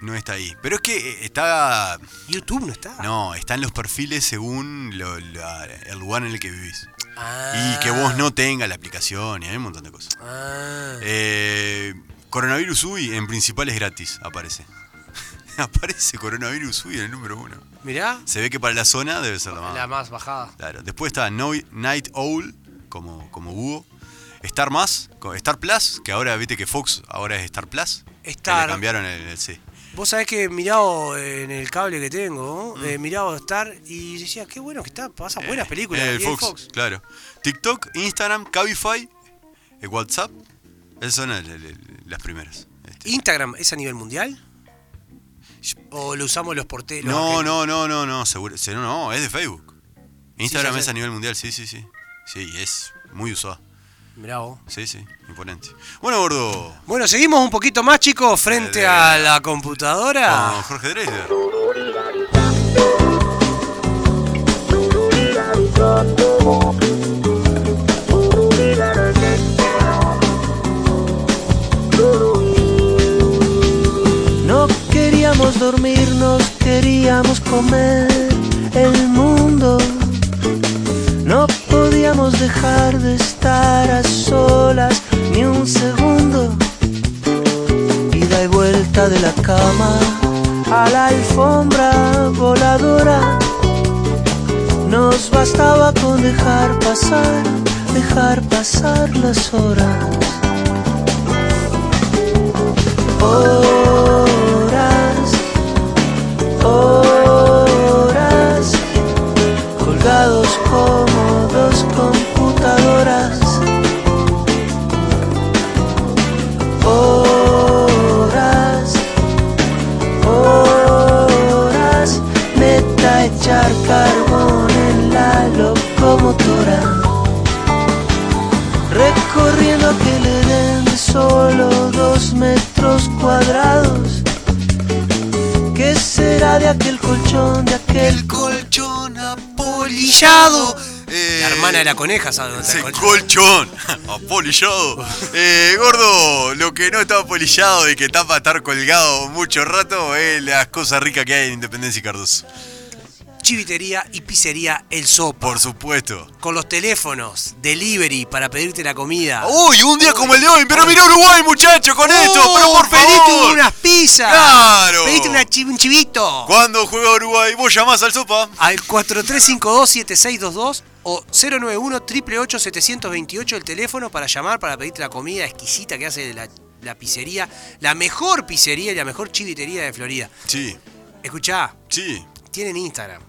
[SPEAKER 5] No está ahí. Pero es que eh, está.
[SPEAKER 4] YouTube no está.
[SPEAKER 5] No, están los perfiles según lo- la- el lugar en el que vivís.
[SPEAKER 4] Ah.
[SPEAKER 5] Y que vos no tengas la aplicación y hay un montón de cosas.
[SPEAKER 4] Ah.
[SPEAKER 5] Eh, coronavirus UI en principales gratis aparece. aparece coronavirus UI en el número uno.
[SPEAKER 4] Mirá,
[SPEAKER 5] Se ve que para la zona debe ser la más.
[SPEAKER 4] la más bajada.
[SPEAKER 5] Claro. Después está Noi- Night Owl como, como búho. Star Más, co- Star Plus, que ahora viste que Fox ahora es Star Plus. que le
[SPEAKER 4] Star.
[SPEAKER 5] cambiaron el, el- sí.
[SPEAKER 4] Vos sabés que he mirado en el cable que tengo, he mirado Star y decía, qué bueno que está, pasan buenas películas.
[SPEAKER 5] Mm. Eh,
[SPEAKER 4] y hay
[SPEAKER 5] Fox, claro. TikTok, Instagram, Cabify, eh, WhatsApp. Esas son el- el- el- las primeras. Este,
[SPEAKER 4] Instagram, ¿es a nivel mundial? ¿O lo usamos los porteros?
[SPEAKER 5] No, no, no, no, no, seguro. se- No, no, es de Facebook. Instagram
[SPEAKER 4] ya
[SPEAKER 5] es
[SPEAKER 4] sé.
[SPEAKER 5] a nivel mundial, sí, sí, sí. Sí, y es muy usada.
[SPEAKER 4] Mirá vos.
[SPEAKER 5] Sí, sí, imponente. Bueno, gordo.
[SPEAKER 4] Bueno, seguimos un poquito más, chicos, frente
[SPEAKER 5] Dale.
[SPEAKER 4] a la computadora.
[SPEAKER 5] Con Jorge Dresler.
[SPEAKER 6] No queríamos dormirnos, queríamos comer el mundo. No podíamos dejar de estar a solas ni un segundo. Ida y vuelta de la cama a la alfombra voladora. Nos bastaba con dejar pasar, dejar pasar las horas. horas, horas, colgados como dos computadoras. Horas, horas, meta echar carbón en la locomotora recorriendo que le den solo dos metros cuadrados. ¿Qué será de aquel colchón, de aquel
[SPEAKER 5] colchón
[SPEAKER 4] apolillado.
[SPEAKER 5] Eh,
[SPEAKER 4] La hermana de la coneja sabe dónde está
[SPEAKER 5] Ese
[SPEAKER 4] el colchón.
[SPEAKER 5] colchón apolillado. Eh, gordo, lo que no está apolillado y que está para estar colgado mucho rato es las cosas ricas que hay en Independencia y Cardoso.
[SPEAKER 4] Chivitería y pizzería El Sopo.
[SPEAKER 5] Por supuesto.
[SPEAKER 4] Con los teléfonos, delivery para pedirte la comida.
[SPEAKER 5] Uy, un día como el de hoy, pero mira Uruguay, muchacho, con esto, pero por
[SPEAKER 4] pediste
[SPEAKER 5] favor.
[SPEAKER 4] unas pizzas.
[SPEAKER 5] Claro.
[SPEAKER 4] Pediste una chi- un chivito.
[SPEAKER 5] Cuando juega Uruguay, vos llamás al sopa.
[SPEAKER 4] Al 4352-7622 o 091-888-728 el teléfono para llamar, para pedirte la comida exquisita que hace la, la pizzería. La mejor pizzería y la mejor chivitería de Florida.
[SPEAKER 5] Sí,
[SPEAKER 4] Escuchá,
[SPEAKER 5] sí.
[SPEAKER 4] tienen Instagram.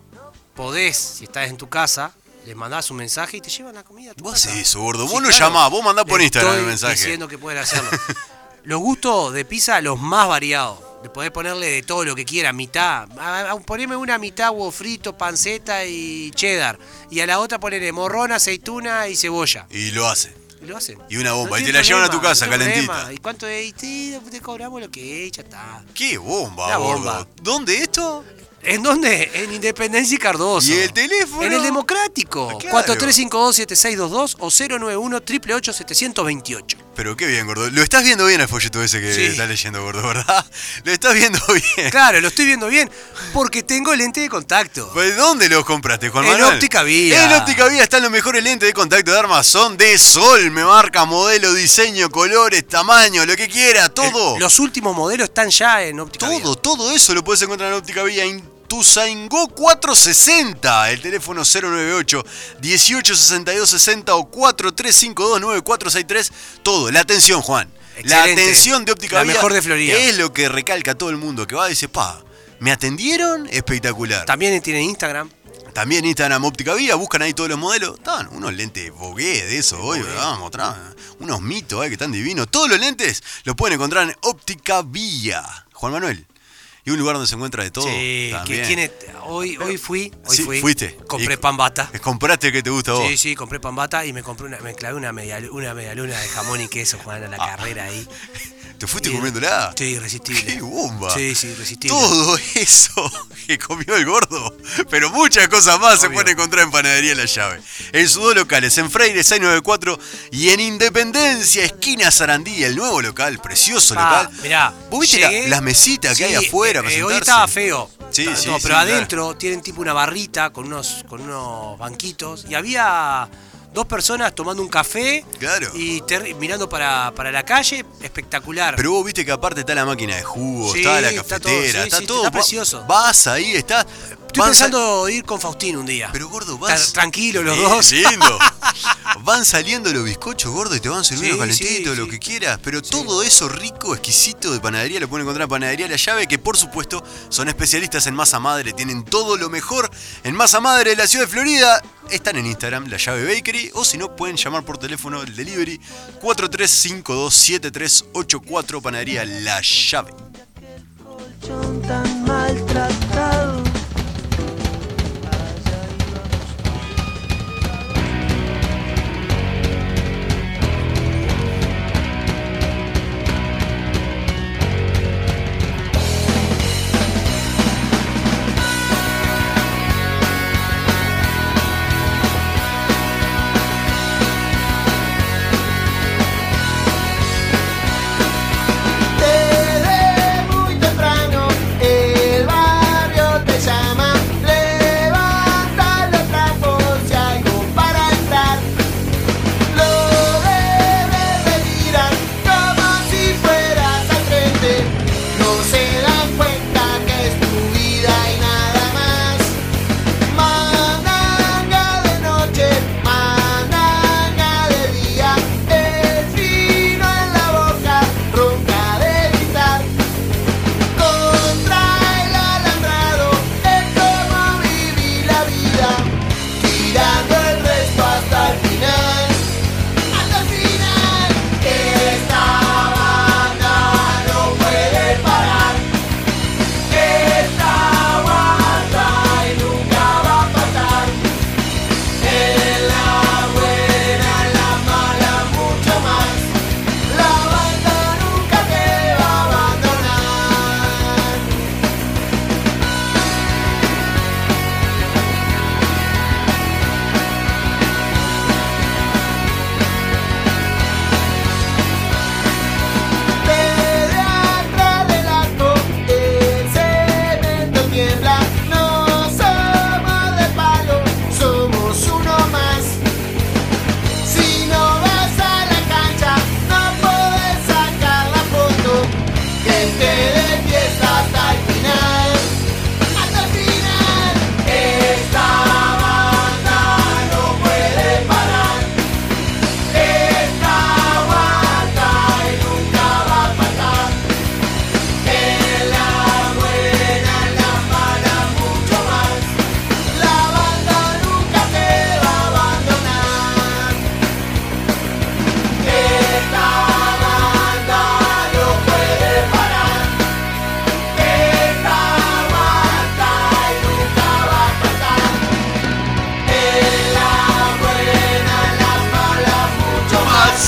[SPEAKER 4] Podés, si estás en tu casa, les mandás un mensaje y te llevan la comida. a tu
[SPEAKER 5] Vos
[SPEAKER 4] casa.
[SPEAKER 5] hacés eso, gordo.
[SPEAKER 4] Sí,
[SPEAKER 5] Vos lo
[SPEAKER 4] claro.
[SPEAKER 5] llamás, vos mandás por
[SPEAKER 4] Les
[SPEAKER 5] Instagram el
[SPEAKER 4] estoy
[SPEAKER 5] mensaje.
[SPEAKER 4] diciendo que pueden hacerlo. los gustos de pizza, los más variados. Le podés ponerle de todo lo que quiera, mitad. A- a- Poneme una mitad huevo frito, panceta y cheddar. Y a la otra ponele morrón, aceituna y cebolla.
[SPEAKER 5] Y lo hace.
[SPEAKER 4] Y lo hacen.
[SPEAKER 5] Y una bomba, y
[SPEAKER 4] tiene
[SPEAKER 5] te la llevan a tu
[SPEAKER 4] problema,
[SPEAKER 5] casa,
[SPEAKER 4] no tiene
[SPEAKER 5] calentita.
[SPEAKER 4] problema. ¿Y cuánto es? Y te, te cobramos lo que es, ya está.
[SPEAKER 5] ¡Qué bomba,
[SPEAKER 4] La
[SPEAKER 5] gordo!
[SPEAKER 4] bomba.
[SPEAKER 5] ¿Dónde esto?
[SPEAKER 4] ¿En dónde? En Independencia y Cardoso.
[SPEAKER 5] ¿Y el teléfono? Ah,
[SPEAKER 4] En el Democrático.
[SPEAKER 5] Claro.
[SPEAKER 4] 4352-7622 o 091-888-728.
[SPEAKER 5] Pero qué bien, gordo. Lo estás viendo bien el folleto ese que
[SPEAKER 4] Sí.
[SPEAKER 5] estás leyendo, gordo, ¿verdad? Lo estás viendo bien.
[SPEAKER 4] Claro, lo estoy viendo bien porque tengo lente de contacto.
[SPEAKER 5] Pues, ¿Dónde los compraste, Juan
[SPEAKER 4] En
[SPEAKER 5] Manuel?
[SPEAKER 4] Óptica Vía.
[SPEAKER 5] En Óptica Vía están los mejores lentes de contacto de armazón de sol. Me marca modelo, diseño, colores, tamaño, lo que
[SPEAKER 4] Eh,
[SPEAKER 5] quiera, todo.
[SPEAKER 4] El- los últimos modelos están ya en óptica. Vía.
[SPEAKER 5] todo, todo eso lo puedes encontrar en Óptica Vía. In- Tusaingó 460, el teléfono 098 1862 60 o 43529463. Todo, la atención, Juan. La
[SPEAKER 4] Excelente.
[SPEAKER 5] atención de óptica
[SPEAKER 4] La
[SPEAKER 5] Vía
[SPEAKER 4] mejor de Florida.
[SPEAKER 5] Es lo que recalca todo el mundo que va y dice, pa, ¿me atendieron? Espectacular.
[SPEAKER 4] También tienen Instagram.
[SPEAKER 5] También Instagram Óptica Vía, buscan ahí todos los modelos. Están unos lentes bogué de eso hoy, ¿verdad? Otra- unos mitos eh, que están divinos. Todos los lentes los pueden encontrar en Óptica Vía. Juan Manuel. Y un lugar donde se encuentra de todo.
[SPEAKER 4] Sí, que
[SPEAKER 5] también.
[SPEAKER 4] tiene. Hoy, hoy fui. Hoy
[SPEAKER 5] Sí,
[SPEAKER 4] fui.
[SPEAKER 5] fuiste.
[SPEAKER 4] Compré
[SPEAKER 5] Y-
[SPEAKER 4] pan bata.
[SPEAKER 5] Compraste el que te gusta a vos.
[SPEAKER 4] Sí, sí, compré pan bata y me compré una, me clavé una media, una medialuna de jamón y queso, Juan, a la
[SPEAKER 5] Ah,
[SPEAKER 4] carrera ahí.
[SPEAKER 5] ¿Te fuiste
[SPEAKER 4] Bien.
[SPEAKER 5] comiéndola?
[SPEAKER 4] Sí, irresistible.
[SPEAKER 5] ¡Qué bomba!
[SPEAKER 4] Sí, sí, irresistible.
[SPEAKER 5] Todo eso que comió el gordo, pero muchas cosas más se
[SPEAKER 4] Obvio.
[SPEAKER 5] pueden encontrar en Panadería La Llave. En sus dos locales, en Freire 694 y en Independencia, esquina Sarandí, el nuevo local, precioso
[SPEAKER 4] Ah,
[SPEAKER 5] local.
[SPEAKER 4] mirá.
[SPEAKER 5] ¿Vos viste la-
[SPEAKER 4] llegué-
[SPEAKER 5] las mesitas que hay
[SPEAKER 4] Sí,
[SPEAKER 5] afuera?
[SPEAKER 4] eh,
[SPEAKER 5] para
[SPEAKER 4] eh, hoy
[SPEAKER 5] sentarse?
[SPEAKER 4] estaba feo.
[SPEAKER 5] Sí,
[SPEAKER 4] Ta-
[SPEAKER 5] sí,
[SPEAKER 4] No,
[SPEAKER 5] sí,
[SPEAKER 4] pero
[SPEAKER 5] claro.
[SPEAKER 4] adentro tienen tipo una barrita con unos, con unos banquitos. Y había dos personas tomando un café.
[SPEAKER 5] Claro.
[SPEAKER 4] Y ter- mirando para, para la calle. Espectacular.
[SPEAKER 5] Pero vos viste que aparte está la máquina de jugo,
[SPEAKER 4] Sí,
[SPEAKER 5] está la
[SPEAKER 4] está todo,
[SPEAKER 5] cafetera,
[SPEAKER 4] sí,
[SPEAKER 5] está
[SPEAKER 4] sí,
[SPEAKER 5] todo.
[SPEAKER 4] está
[SPEAKER 5] Va-
[SPEAKER 4] precioso.
[SPEAKER 5] Vas ahí, estás.
[SPEAKER 4] Estoy
[SPEAKER 5] vas a-
[SPEAKER 4] pensando ir con Faustín un día.
[SPEAKER 5] Pero gordo,
[SPEAKER 4] Tra-
[SPEAKER 5] vas.
[SPEAKER 4] tranquilo los
[SPEAKER 5] Bien,
[SPEAKER 4] dos.
[SPEAKER 5] Lindo. Van saliendo los bizcochos, gordo, y te van sirviendo
[SPEAKER 4] Sí,
[SPEAKER 5] calentito,
[SPEAKER 4] sí,
[SPEAKER 5] lo
[SPEAKER 4] sí.
[SPEAKER 5] que quieras. Pero todo eso rico, exquisito de panadería lo pueden encontrar en Panadería La Llave, que por supuesto son especialistas en masa madre. Tienen todo lo mejor en masa madre de la ciudad de Florida. Están en Instagram, La Llave Bakery, o si no, pueden llamar por teléfono el delivery 43527384 Panadería La Llave.
[SPEAKER 7] colchón tan maltratado.
[SPEAKER 6] Desde muy temprano el barrio te llama, levanta los trapos y algo para entrar. Lo debes de mirar como si fueras al frente. No se dan cuenta que es tu vida y nada más. Mananga de noche, mananga de día, el vino en la boca, ronca de gritar. Contra el alambrado es como vivir la vida, tirando el resto hasta el final. Hasta el final, esta banda no puede parar. Esta aguanta y nunca va a pasar. En la buena, en la mala, mucho más. La banda nunca te va a abandonar. Desde atrás del arco el cemento tiembla No somos de palo, somos uno más Si no vas a la cancha no puedes sacar la foto Que te de fiesta hasta el final Hasta el final Esta banda no puede parar esta aguanta y nunca va a pasar. En la buena, en la mala, mucho más. La banda nunca te va a abandonar. Esta banda no puede parar. Esta aguanta y nunca va a pasar. En la buena, en la mala, mucho más.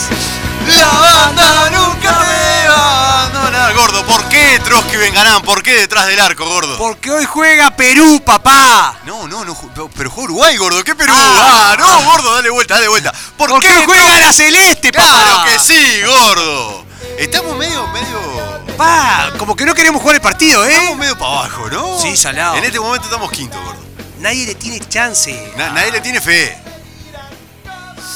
[SPEAKER 5] La banda nunca me va a abandonar, gordo. ¿Por qué Trotsky vengarán? ¿Por qué detrás del arco, gordo?
[SPEAKER 4] Porque hoy juega Perú, papá.
[SPEAKER 5] No, no, no, ju- pero- pero juega Uruguay, gordo, ¿qué Perú? Ah,
[SPEAKER 4] Ah.
[SPEAKER 5] no, gordo, dale vuelta, dale vuelta. ¿Por,
[SPEAKER 4] Porque hoy juega la celeste, papá.
[SPEAKER 5] Claro que sí, gordo. Estamos medio, medio.
[SPEAKER 4] Pa, como que no queremos jugar el partido,
[SPEAKER 5] Estamos
[SPEAKER 4] ¿eh?
[SPEAKER 5] medio para abajo, ¿no?
[SPEAKER 4] Sí, salado.
[SPEAKER 5] En este momento estamos quinto, gordo.
[SPEAKER 4] Nadie le tiene chance.
[SPEAKER 5] Na- Nadie le tiene fe.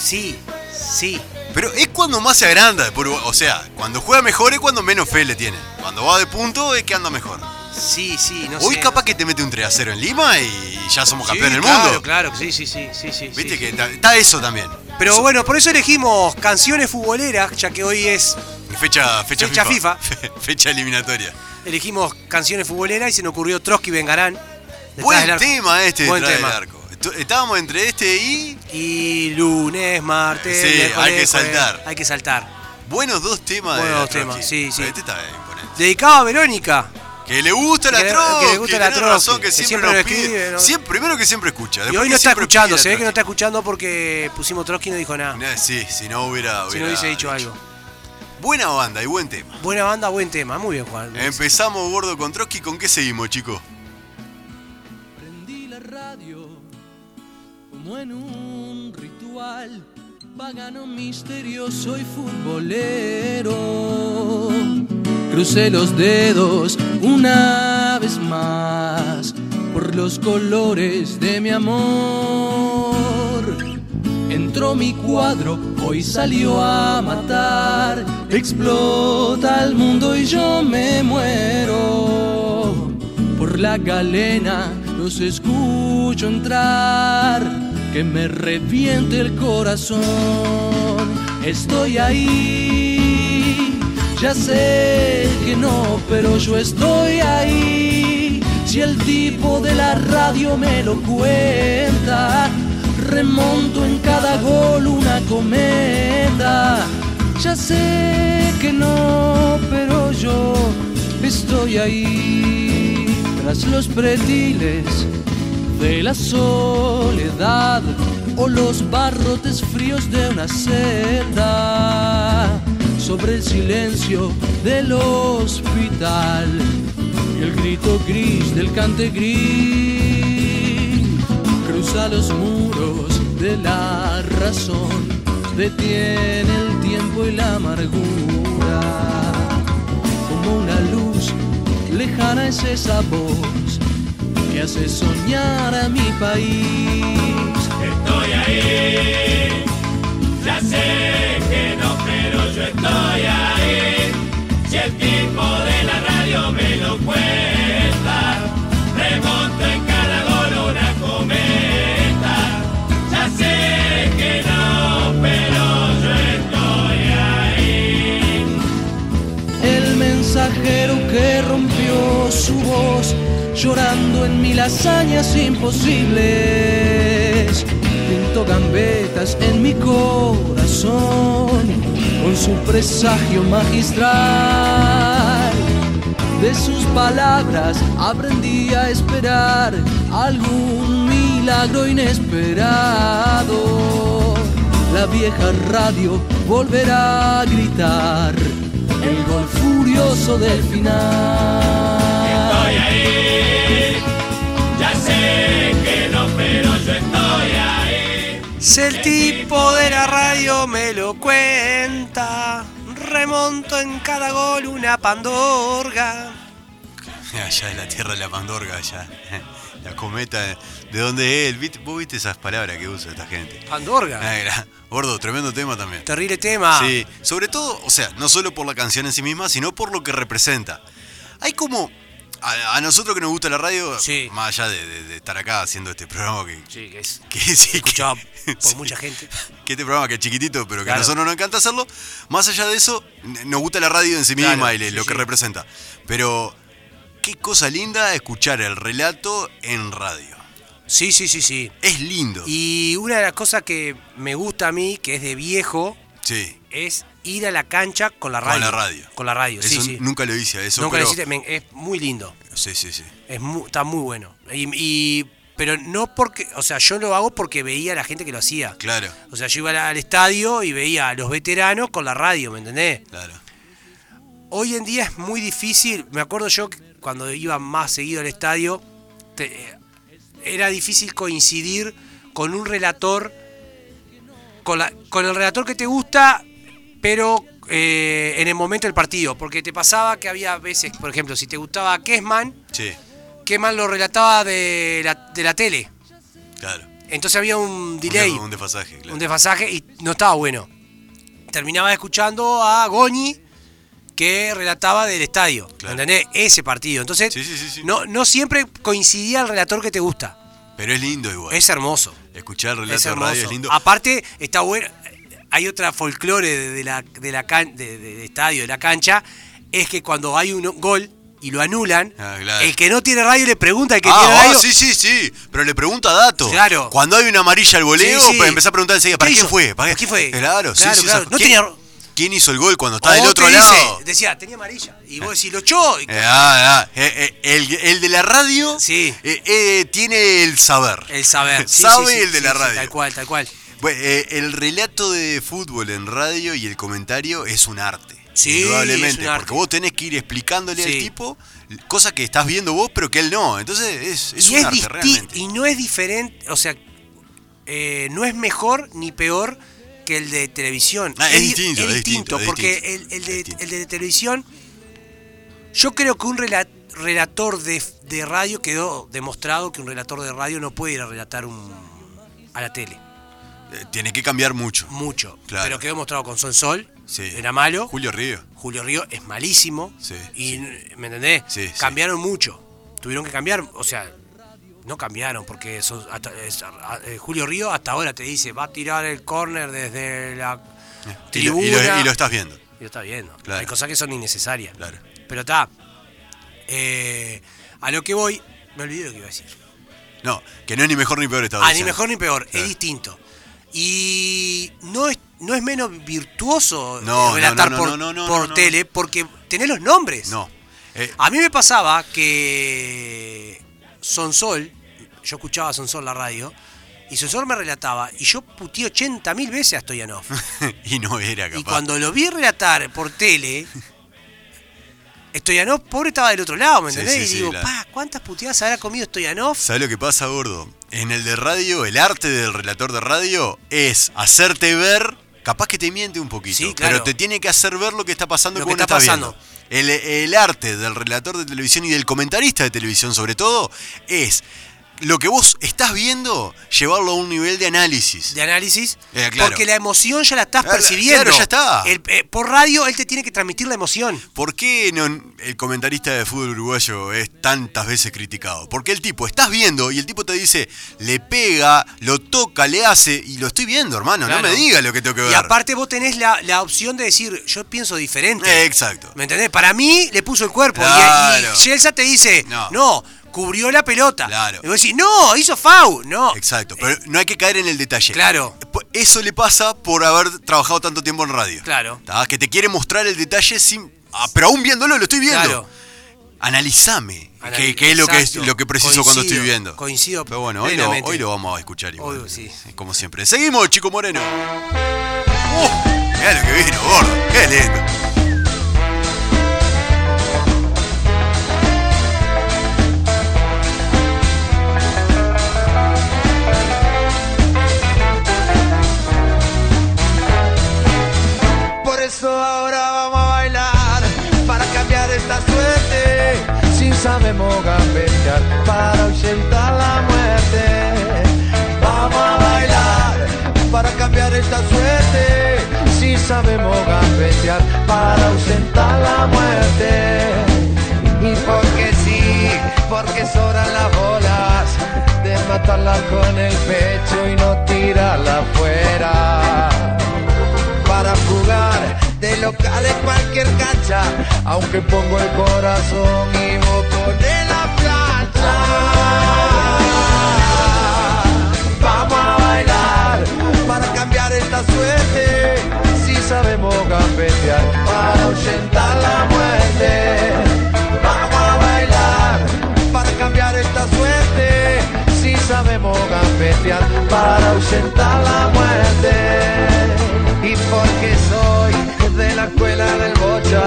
[SPEAKER 4] Sí, sí.
[SPEAKER 5] Pero es cuando más se agranda por Uruguay. O sea, cuando juega mejor es cuando menos fe le tiene. Cuando va de punto es que anda mejor.
[SPEAKER 4] Sí, sí, no sé.
[SPEAKER 5] Hoy capaz que te mete un 3 a 0 en Lima y ya somos
[SPEAKER 4] Sí,
[SPEAKER 5] campeón del
[SPEAKER 4] claro,
[SPEAKER 5] mundo.
[SPEAKER 4] Claro, sí, sí, sí, sí, sí.
[SPEAKER 5] Viste
[SPEAKER 4] sí,
[SPEAKER 5] que
[SPEAKER 4] sí.
[SPEAKER 5] ta- está eso también.
[SPEAKER 4] Pero bueno, por eso elegimos canciones futboleras, ya que hoy es
[SPEAKER 5] Fecha, fecha,
[SPEAKER 4] Fecha
[SPEAKER 5] Fecha eliminatoria.
[SPEAKER 4] elegimos canciones futboleras y se nos ocurrió Trotsky Vengarán. Detrás del
[SPEAKER 5] Buen
[SPEAKER 4] arco.
[SPEAKER 5] tema este
[SPEAKER 4] Buen
[SPEAKER 5] detrás
[SPEAKER 4] tema.
[SPEAKER 5] del arco. Tú- Estábamos entre este y
[SPEAKER 4] Y lunes, martes.
[SPEAKER 5] Sí,
[SPEAKER 4] miércoles,
[SPEAKER 5] hay que
[SPEAKER 4] jueves,
[SPEAKER 5] saltar.
[SPEAKER 4] hay que saltar.
[SPEAKER 5] buenos dos temas de
[SPEAKER 4] Buenos
[SPEAKER 5] la
[SPEAKER 4] dos temas,
[SPEAKER 5] Trotsky.
[SPEAKER 4] sí, sí.
[SPEAKER 5] Este está imponente.
[SPEAKER 4] Dedicado a Verónica.
[SPEAKER 5] Que le gusta la
[SPEAKER 4] Que le-
[SPEAKER 5] Trotsky,
[SPEAKER 4] que le gusta la
[SPEAKER 5] tenés
[SPEAKER 4] Trotsky,
[SPEAKER 5] razón, que
[SPEAKER 4] que
[SPEAKER 5] siempre,
[SPEAKER 4] siempre
[SPEAKER 5] nos
[SPEAKER 4] lo
[SPEAKER 5] pide.
[SPEAKER 4] escribe, ¿no?
[SPEAKER 5] Siempre, primero que siempre escucha.
[SPEAKER 4] Y
[SPEAKER 5] después
[SPEAKER 4] hoy
[SPEAKER 5] que
[SPEAKER 4] no está
[SPEAKER 5] siempre
[SPEAKER 4] escuchando,
[SPEAKER 5] pide
[SPEAKER 4] se
[SPEAKER 5] la
[SPEAKER 4] ve que no está
[SPEAKER 5] Trotsky.
[SPEAKER 4] escuchando porque pusimos Trotsky y no dijo nada.
[SPEAKER 5] Nah, Sí, si no hubiera.
[SPEAKER 4] si
[SPEAKER 5] hubiera
[SPEAKER 4] no hubiese dicho algo.
[SPEAKER 5] Buena banda y buen tema.
[SPEAKER 4] Buena banda, buen tema. Muy bien, Juan.
[SPEAKER 5] Empezamos gordo con Trotsky. ¿Con qué seguimos, chicos?
[SPEAKER 6] Prendí la radio como en un ritual vagano, misterioso y futbolero. Crucé los dedos una vez más por los colores de mi amor. Entró mi cuadro, hoy salió a matar. Explota el mundo y yo me muero. Por la galena los escucho entrar, que me reviente el corazón. Estoy ahí, ya sé que no, pero yo estoy ahí. Si el tipo de la radio me lo cuenta, Remonto en cada gol una cometa. Ya sé que no, pero yo estoy ahí tras los pretiles de la soledad o los barrotes fríos de una celda sobre el silencio del hospital y el grito gris del cante gris cruza los muros de la razón, detiene el tiempo y la amargura. Como una luz lejana es esa voz que hace soñar a mi país. el mensajero que rompió su voz, llorando en mil hazañas imposibles. Pintó gambetas en mi corazón con su presagio magistral. De sus palabras aprendí a esperar algún milagro inesperado. La vieja radio volverá a gritar el gol furioso del final.
[SPEAKER 4] Si el tipo de la radio me lo cuenta, remonto en cada gol una pandorga.
[SPEAKER 5] Allá en la tierra de la Pandorga, allá. La cometa, ¿de dónde es él? ¿Viste- Vos viste esas palabras que usa esta gente.
[SPEAKER 4] ¿Pandorga?
[SPEAKER 5] Ah, era- Gordo, tremendo tema también.
[SPEAKER 4] Terrible tema.
[SPEAKER 5] Sí, sobre todo, o sea, no solo por la canción en sí misma, sino por lo que representa. Hay como. A, a nosotros que nos gusta la radio,
[SPEAKER 4] Sí.
[SPEAKER 5] más allá de, de- de estar acá haciendo este programa que.
[SPEAKER 4] Sí, que es
[SPEAKER 5] que- sí, que-
[SPEAKER 4] escuchado por
[SPEAKER 5] sí,
[SPEAKER 4] mucha gente.
[SPEAKER 5] que este programa que es chiquitito, pero que a
[SPEAKER 4] Claro.
[SPEAKER 5] nosotros nos encanta hacerlo. Más allá de eso, n- nos gusta la radio en sí misma
[SPEAKER 4] Claro,
[SPEAKER 5] y le-
[SPEAKER 4] sí,
[SPEAKER 5] lo que
[SPEAKER 4] sí.
[SPEAKER 5] representa. Pero qué cosa linda escuchar el relato en radio.
[SPEAKER 4] Sí, sí, sí, sí.
[SPEAKER 5] Es lindo.
[SPEAKER 4] Y una de las cosas que me gusta a mí, que es de viejo,
[SPEAKER 5] sí,
[SPEAKER 4] es ir a la cancha con la
[SPEAKER 5] Con
[SPEAKER 4] radio.
[SPEAKER 5] la radio.
[SPEAKER 4] Con la radio, sí,
[SPEAKER 5] eso
[SPEAKER 4] sí.
[SPEAKER 5] nunca lo hice a eso.
[SPEAKER 4] Nunca lo
[SPEAKER 5] pero-
[SPEAKER 4] hiciste, men, es muy lindo.
[SPEAKER 5] Sí, sí, sí.
[SPEAKER 4] Es mu- está muy bueno. Y, y- pero no porque, o sea, yo lo hago porque veía a la gente que lo hacía.
[SPEAKER 5] Claro,
[SPEAKER 4] O sea, yo iba al- al estadio y veía a los veteranos con la radio, ¿me entendés?
[SPEAKER 5] claro.
[SPEAKER 4] Hoy en día es muy difícil. Me acuerdo yo que cuando iba más seguido al estadio, te- eh, era difícil coincidir con un relator, con, la- con el relator que te gusta, pero eh, en el momento del partido. Porque te pasaba que había veces, por ejemplo, si te gustaba Kessman,
[SPEAKER 5] Sí,
[SPEAKER 4] Kessman lo relataba de la, de la tele.
[SPEAKER 5] claro.
[SPEAKER 4] Entonces había un
[SPEAKER 5] Un
[SPEAKER 4] delay.
[SPEAKER 5] de- Un desfasaje, claro.
[SPEAKER 4] un desfasaje y no estaba bueno. Terminaba escuchando a Goñi, que relataba del estadio.
[SPEAKER 5] Claro.
[SPEAKER 4] ¿Entendés? Ese partido. Entonces,
[SPEAKER 5] Sí, sí, sí, sí.
[SPEAKER 4] No, no siempre coincidía el relator que te gusta.
[SPEAKER 5] Pero es lindo igual.
[SPEAKER 4] Es hermoso.
[SPEAKER 5] Escuchar el
[SPEAKER 4] Es
[SPEAKER 5] relato de
[SPEAKER 4] hermoso.
[SPEAKER 5] radio es lindo.
[SPEAKER 4] Aparte, está bueno. Hay otra folclore de, de la, de la can- de- de- del estadio, de la cancha, es que cuando hay un gol y lo anulan,
[SPEAKER 5] Ah, claro.
[SPEAKER 4] el que no tiene radio le pregunta al que
[SPEAKER 5] ah,
[SPEAKER 4] tiene
[SPEAKER 5] ah,
[SPEAKER 4] radio.
[SPEAKER 5] sí, sí, sí. Pero le pregunta datos.
[SPEAKER 4] Claro.
[SPEAKER 5] Cuando hay una amarilla al voleo,
[SPEAKER 4] Sí, sí.
[SPEAKER 5] pues empezá a preguntar enseguida, ¿para
[SPEAKER 4] ¿Qué
[SPEAKER 5] quién
[SPEAKER 4] hizo?
[SPEAKER 5] fue? ¿Para
[SPEAKER 4] ¿Quién fue?
[SPEAKER 5] Claro, sí,
[SPEAKER 4] Claro,
[SPEAKER 5] sí,
[SPEAKER 4] claro.
[SPEAKER 5] esa-
[SPEAKER 4] No
[SPEAKER 5] ¿Quién,
[SPEAKER 4] tenía-
[SPEAKER 5] ¿Quién hizo el gol cuando está Ah, del
[SPEAKER 4] O
[SPEAKER 5] otro
[SPEAKER 4] te dice-
[SPEAKER 5] lado?
[SPEAKER 4] Decía, tenía amarilla. Y vos decís, lo echó. Y-
[SPEAKER 5] Eh, ah, ah, eh, eh, el, el de la radio
[SPEAKER 4] Sí.
[SPEAKER 5] eh, eh, tiene el saber.
[SPEAKER 4] El saber. Sí,
[SPEAKER 5] Sabe
[SPEAKER 4] sí, sí,
[SPEAKER 5] el de
[SPEAKER 4] sí,
[SPEAKER 5] la
[SPEAKER 4] sí,
[SPEAKER 5] radio.
[SPEAKER 4] tal cual, tal cual.
[SPEAKER 5] Bueno, eh, el relato de fútbol en radio y el comentario es un arte.
[SPEAKER 4] Sí,
[SPEAKER 5] indudablemente,
[SPEAKER 4] es un arte.
[SPEAKER 5] porque vos tenés que ir explicándole al
[SPEAKER 4] Sí.
[SPEAKER 5] tipo cosas que estás viendo vos, pero que él no. Entonces es, es
[SPEAKER 4] y
[SPEAKER 5] un
[SPEAKER 4] es
[SPEAKER 5] arte
[SPEAKER 4] disti-
[SPEAKER 5] realmente.
[SPEAKER 4] y no es diferente, o sea, eh, no es mejor ni peor que el de televisión.
[SPEAKER 5] Ah, es
[SPEAKER 4] di-
[SPEAKER 5] distinto, es distinto, es
[SPEAKER 4] porque
[SPEAKER 5] distinto.
[SPEAKER 4] el, el
[SPEAKER 5] Es
[SPEAKER 4] de,
[SPEAKER 5] distinto.
[SPEAKER 4] el de televisión, yo creo que un rela- relator de, de radio quedó demostrado que un relator de radio no puede ir a relatar un, a la tele,
[SPEAKER 5] Eh, tiene que cambiar mucho.
[SPEAKER 4] mucho.
[SPEAKER 5] Claro.
[SPEAKER 4] Pero quedó demostrado con Son Sol,
[SPEAKER 5] Sí.
[SPEAKER 4] era malo.
[SPEAKER 5] Julio Río.
[SPEAKER 4] Julio Río es malísimo.
[SPEAKER 5] Sí,
[SPEAKER 4] y, ¿Me entendés?
[SPEAKER 5] Sí, sí.
[SPEAKER 4] Cambiaron mucho. Tuvieron que cambiar. O sea, no cambiaron porque son- hasta- es- a- eh, Julio Río hasta ahora te dice, va a tirar el córner desde la
[SPEAKER 5] Eh, Y lo,
[SPEAKER 4] tribuna.
[SPEAKER 5] y lo- y lo estás viendo.
[SPEAKER 4] Y lo está viendo.
[SPEAKER 5] Claro.
[SPEAKER 4] Hay cosas que son innecesarias.
[SPEAKER 5] Claro.
[SPEAKER 4] Pero está. eh, a lo que voy, me olvidé lo que iba a decir.
[SPEAKER 5] No, que no es ni mejor ni peor ¿eh? estaba
[SPEAKER 4] Ah, ni
[SPEAKER 5] diciendo.
[SPEAKER 4] mejor ni peor,
[SPEAKER 5] Claro.
[SPEAKER 4] es distinto. Y no es, no es menos virtuoso
[SPEAKER 5] No, no,
[SPEAKER 4] relatar
[SPEAKER 5] no,
[SPEAKER 4] por,
[SPEAKER 5] no, no, no,
[SPEAKER 4] por
[SPEAKER 5] no, no.
[SPEAKER 4] tele porque tenés los nombres.
[SPEAKER 5] No. Eh,
[SPEAKER 4] A mí me pasaba que Sonsol, yo escuchaba a Sonsol la radio, y Sonsol me relataba, y yo puteé 80 mil veces a Stoyanov.
[SPEAKER 5] y no era capaz.
[SPEAKER 4] y cuando lo vi relatar por tele, Stoyanov, pobre, estaba del otro lado, ¿me
[SPEAKER 5] Sí,
[SPEAKER 4] entendés?
[SPEAKER 5] sí,
[SPEAKER 4] y
[SPEAKER 5] sí,
[SPEAKER 4] digo,
[SPEAKER 5] la-
[SPEAKER 4] pa, ¿cuántas puteadas habrá comido Stoyanov?
[SPEAKER 5] ¿Sabes lo que pasa, gordo? En el de radio, el arte del relator de radio es hacerte ver, capaz que te miente un poquito,
[SPEAKER 4] Sí, claro.
[SPEAKER 5] pero te tiene que hacer ver lo que está pasando
[SPEAKER 4] Lo
[SPEAKER 5] que
[SPEAKER 4] que
[SPEAKER 5] uno
[SPEAKER 4] está
[SPEAKER 5] está
[SPEAKER 4] pasando.
[SPEAKER 5] viendo. El, el arte del relator de televisión y del comentarista de televisión, sobre todo, es lo que vos estás viendo, llevarlo a un nivel de análisis.
[SPEAKER 4] de análisis,
[SPEAKER 5] Eh, claro.
[SPEAKER 4] porque la emoción ya la estás
[SPEAKER 5] Claro,
[SPEAKER 4] percibiendo.
[SPEAKER 5] claro, ya está.
[SPEAKER 4] El- eh, por radio él te tiene que transmitir la emoción.
[SPEAKER 5] ¿Por qué no, el comentarista de fútbol uruguayo es tantas veces criticado? Porque el tipo, estás viendo y el tipo te dice, le pega, lo toca, le hace, y lo estoy viendo, hermano, no
[SPEAKER 4] Claro.
[SPEAKER 5] me diga lo que tengo que ver.
[SPEAKER 4] Y aparte vos tenés la, la opción de decir, yo pienso diferente.
[SPEAKER 5] Eh, exacto.
[SPEAKER 4] ¿Me entendés? Para mí le puso el cuerpo. Y-
[SPEAKER 5] Claro.
[SPEAKER 4] Y, Chelsea te dice,
[SPEAKER 5] No.
[SPEAKER 4] no, cubrió la pelota.
[SPEAKER 5] Claro.
[SPEAKER 4] Y vos decís, no, hizo FAU. No.
[SPEAKER 5] Exacto, pero no hay que caer en el detalle.
[SPEAKER 4] Claro.
[SPEAKER 5] Po- Eso le pasa por haber trabajado tanto tiempo en radio.
[SPEAKER 4] Claro.
[SPEAKER 5] ¿Tá? Que te quiere mostrar el detalle sin. ah, pero aún viéndolo, lo estoy viendo.
[SPEAKER 4] Claro.
[SPEAKER 5] Analizame. que, que es lo que, es,
[SPEAKER 4] Exacto.
[SPEAKER 5] lo que preciso cuando estoy
[SPEAKER 4] Coincido,
[SPEAKER 5] viendo.
[SPEAKER 4] coincido
[SPEAKER 5] Pero bueno, hoy lo,
[SPEAKER 4] plenamente.
[SPEAKER 5] hoy lo vamos a escuchar igual. eh,
[SPEAKER 4] Obvio, sí.
[SPEAKER 5] Como siempre. Seguimos, Chico Moreno. ¡Oh! mirá lo que vino, gordo. Qué lindo.
[SPEAKER 8] Por eso ahora vamos a bailar para cambiar esta suerte. Si sabemos gambetear para ausentar la muerte. Vamos a bailar para cambiar esta suerte. Si sabemos gambetear para ausentar la muerte. Y porque sí, porque sobran las bolas de matarla con el pecho y no tirarla afuera para jugar de local en cualquier cancha, aunque pongo el corazón y vos pones la plancha. Vamos a bailar para cambiar esta suerte, si sabemos gambetear para ahuyentar la muerte. Vamos a bailar para cambiar esta suerte, si sabemos gambetear para ahuyentar la muerte. Y porque soy de la escuela del bocha,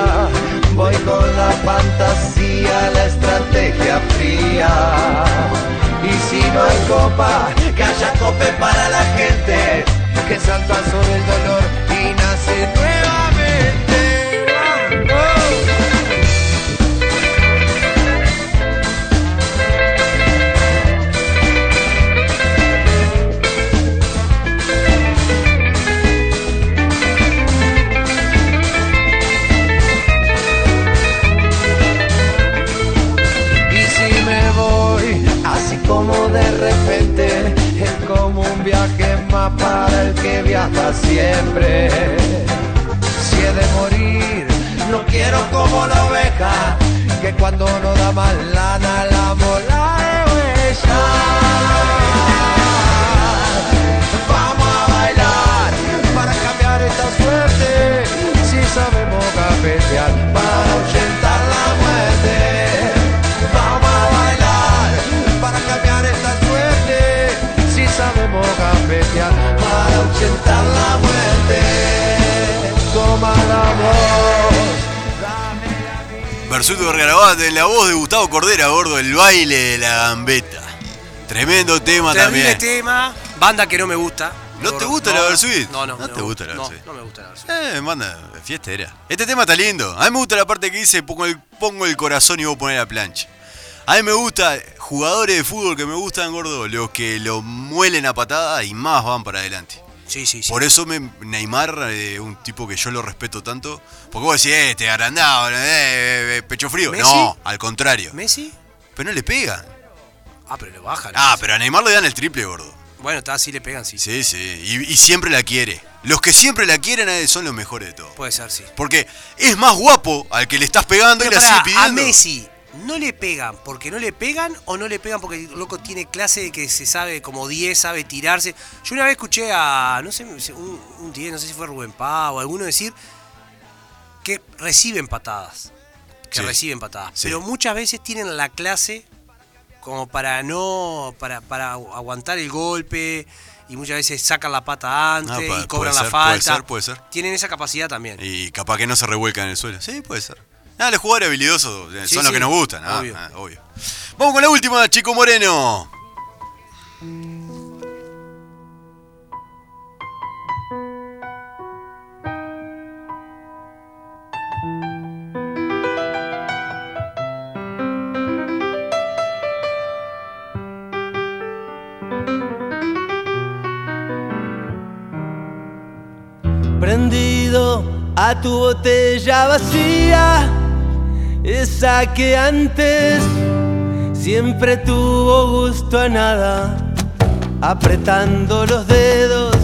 [SPEAKER 8] voy con la fantasía, la estrategia fría. Y si no hay copa, que haya cope para la gente, que salta sobre el dolor y nace nuevamente. ¡Oh!
[SPEAKER 6] para siempre. Si he de morir, no quiero como la oveja, que cuando no da más lana la mola de Vamos a bailar para cambiar esta suerte. Si sabemos cafetear para ausentar la muerte. Vamos a bailar para cambiar esta suerte. Si sabemos cafetear para ausentar la muerte. Toma la voz.
[SPEAKER 5] Versuto Vergarabat en la voz de Gustavo Cordera, gordo, el baile de la gambeta. Tremendo tema
[SPEAKER 4] Terrible
[SPEAKER 5] también.
[SPEAKER 4] tema. Banda que no me gusta.
[SPEAKER 5] ¿No te
[SPEAKER 4] Por-
[SPEAKER 5] gusta la Versuit?
[SPEAKER 4] No, no.
[SPEAKER 5] ¿No te gusta la Versuit?
[SPEAKER 4] No, no me gusta la Versuit.
[SPEAKER 5] Eh, manda, fiesta era. Este tema está lindo. A mí me gusta la parte que dice pongo el, pongo el corazón y voy a poner la plancha. A mí me gusta, jugadores de fútbol que me gustan, gordo, los que lo muelen a patada y más van para adelante.
[SPEAKER 4] Sí, sí, sí.
[SPEAKER 5] Por eso me, Neymar, eh, un tipo que yo lo respeto tanto, porque vos decís, este, agrandado, eh, eh, eh, pecho frío.
[SPEAKER 4] ¿Messi?
[SPEAKER 5] No, al contrario.
[SPEAKER 4] ¿Messi?
[SPEAKER 5] Pero no le pegan.
[SPEAKER 4] Ah, pero le bajan.
[SPEAKER 5] Ah, pero a Neymar le dan el triple, gordo.
[SPEAKER 4] Bueno, está, sí le pegan, sí.
[SPEAKER 5] Sí, sí. Y, y siempre la quiere. Los que siempre la quieren eh, son los mejores de todos.
[SPEAKER 4] Puede ser, sí.
[SPEAKER 5] Porque es más guapo al que le estás pegando y
[SPEAKER 4] Pero
[SPEAKER 5] la sigue
[SPEAKER 4] pará,
[SPEAKER 5] pidiendo.
[SPEAKER 4] a Messi, ¿no le pegan porque no le pegan o no le pegan porque el loco tiene clase de que se sabe como 10, sabe tirarse? Yo una vez escuché a, no sé, un, un 10, no sé si fue Rubén Pau o alguno decir que reciben patadas. Que
[SPEAKER 5] Sí.
[SPEAKER 4] reciben patadas.
[SPEAKER 5] Sí.
[SPEAKER 4] Pero muchas veces tienen la clase como para no, para, para aguantar el golpe. Y muchas veces sacan la pata antes
[SPEAKER 5] Ah, pa-
[SPEAKER 4] y cobran
[SPEAKER 5] puede
[SPEAKER 4] la
[SPEAKER 5] ser, puede
[SPEAKER 4] falta.
[SPEAKER 5] ser, puede ser.
[SPEAKER 4] Tienen esa capacidad también.
[SPEAKER 5] Y capaz que no se revuelcan en el suelo. Sí, puede ser. Nada, los jugadores habilidosos eh,
[SPEAKER 4] Sí,
[SPEAKER 5] son los
[SPEAKER 4] sí,
[SPEAKER 5] que nos gustan. ah, ah, obvio.
[SPEAKER 4] obvio.
[SPEAKER 5] Vamos con la última, Chico Moreno.
[SPEAKER 6] prendido a tu botella vacía, esa que antes siempre tuvo gusto a nada, apretando los dedos,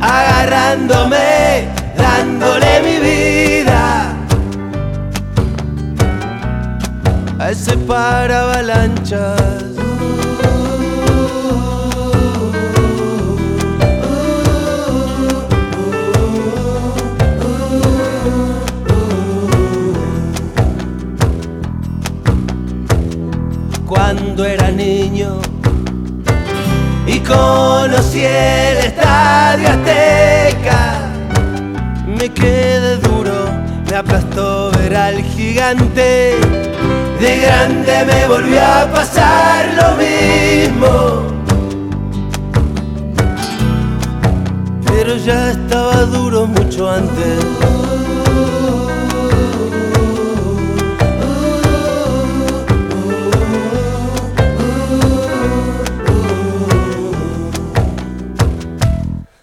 [SPEAKER 6] agarrándome, dándole mi vida. A ese paravalanchas. cuando era niño y conocí el estadio Azteca. Me quedé duro, me aplastó ver al gigante. De grande me volvió a pasar lo mismo. Pero ya estaba duro mucho antes.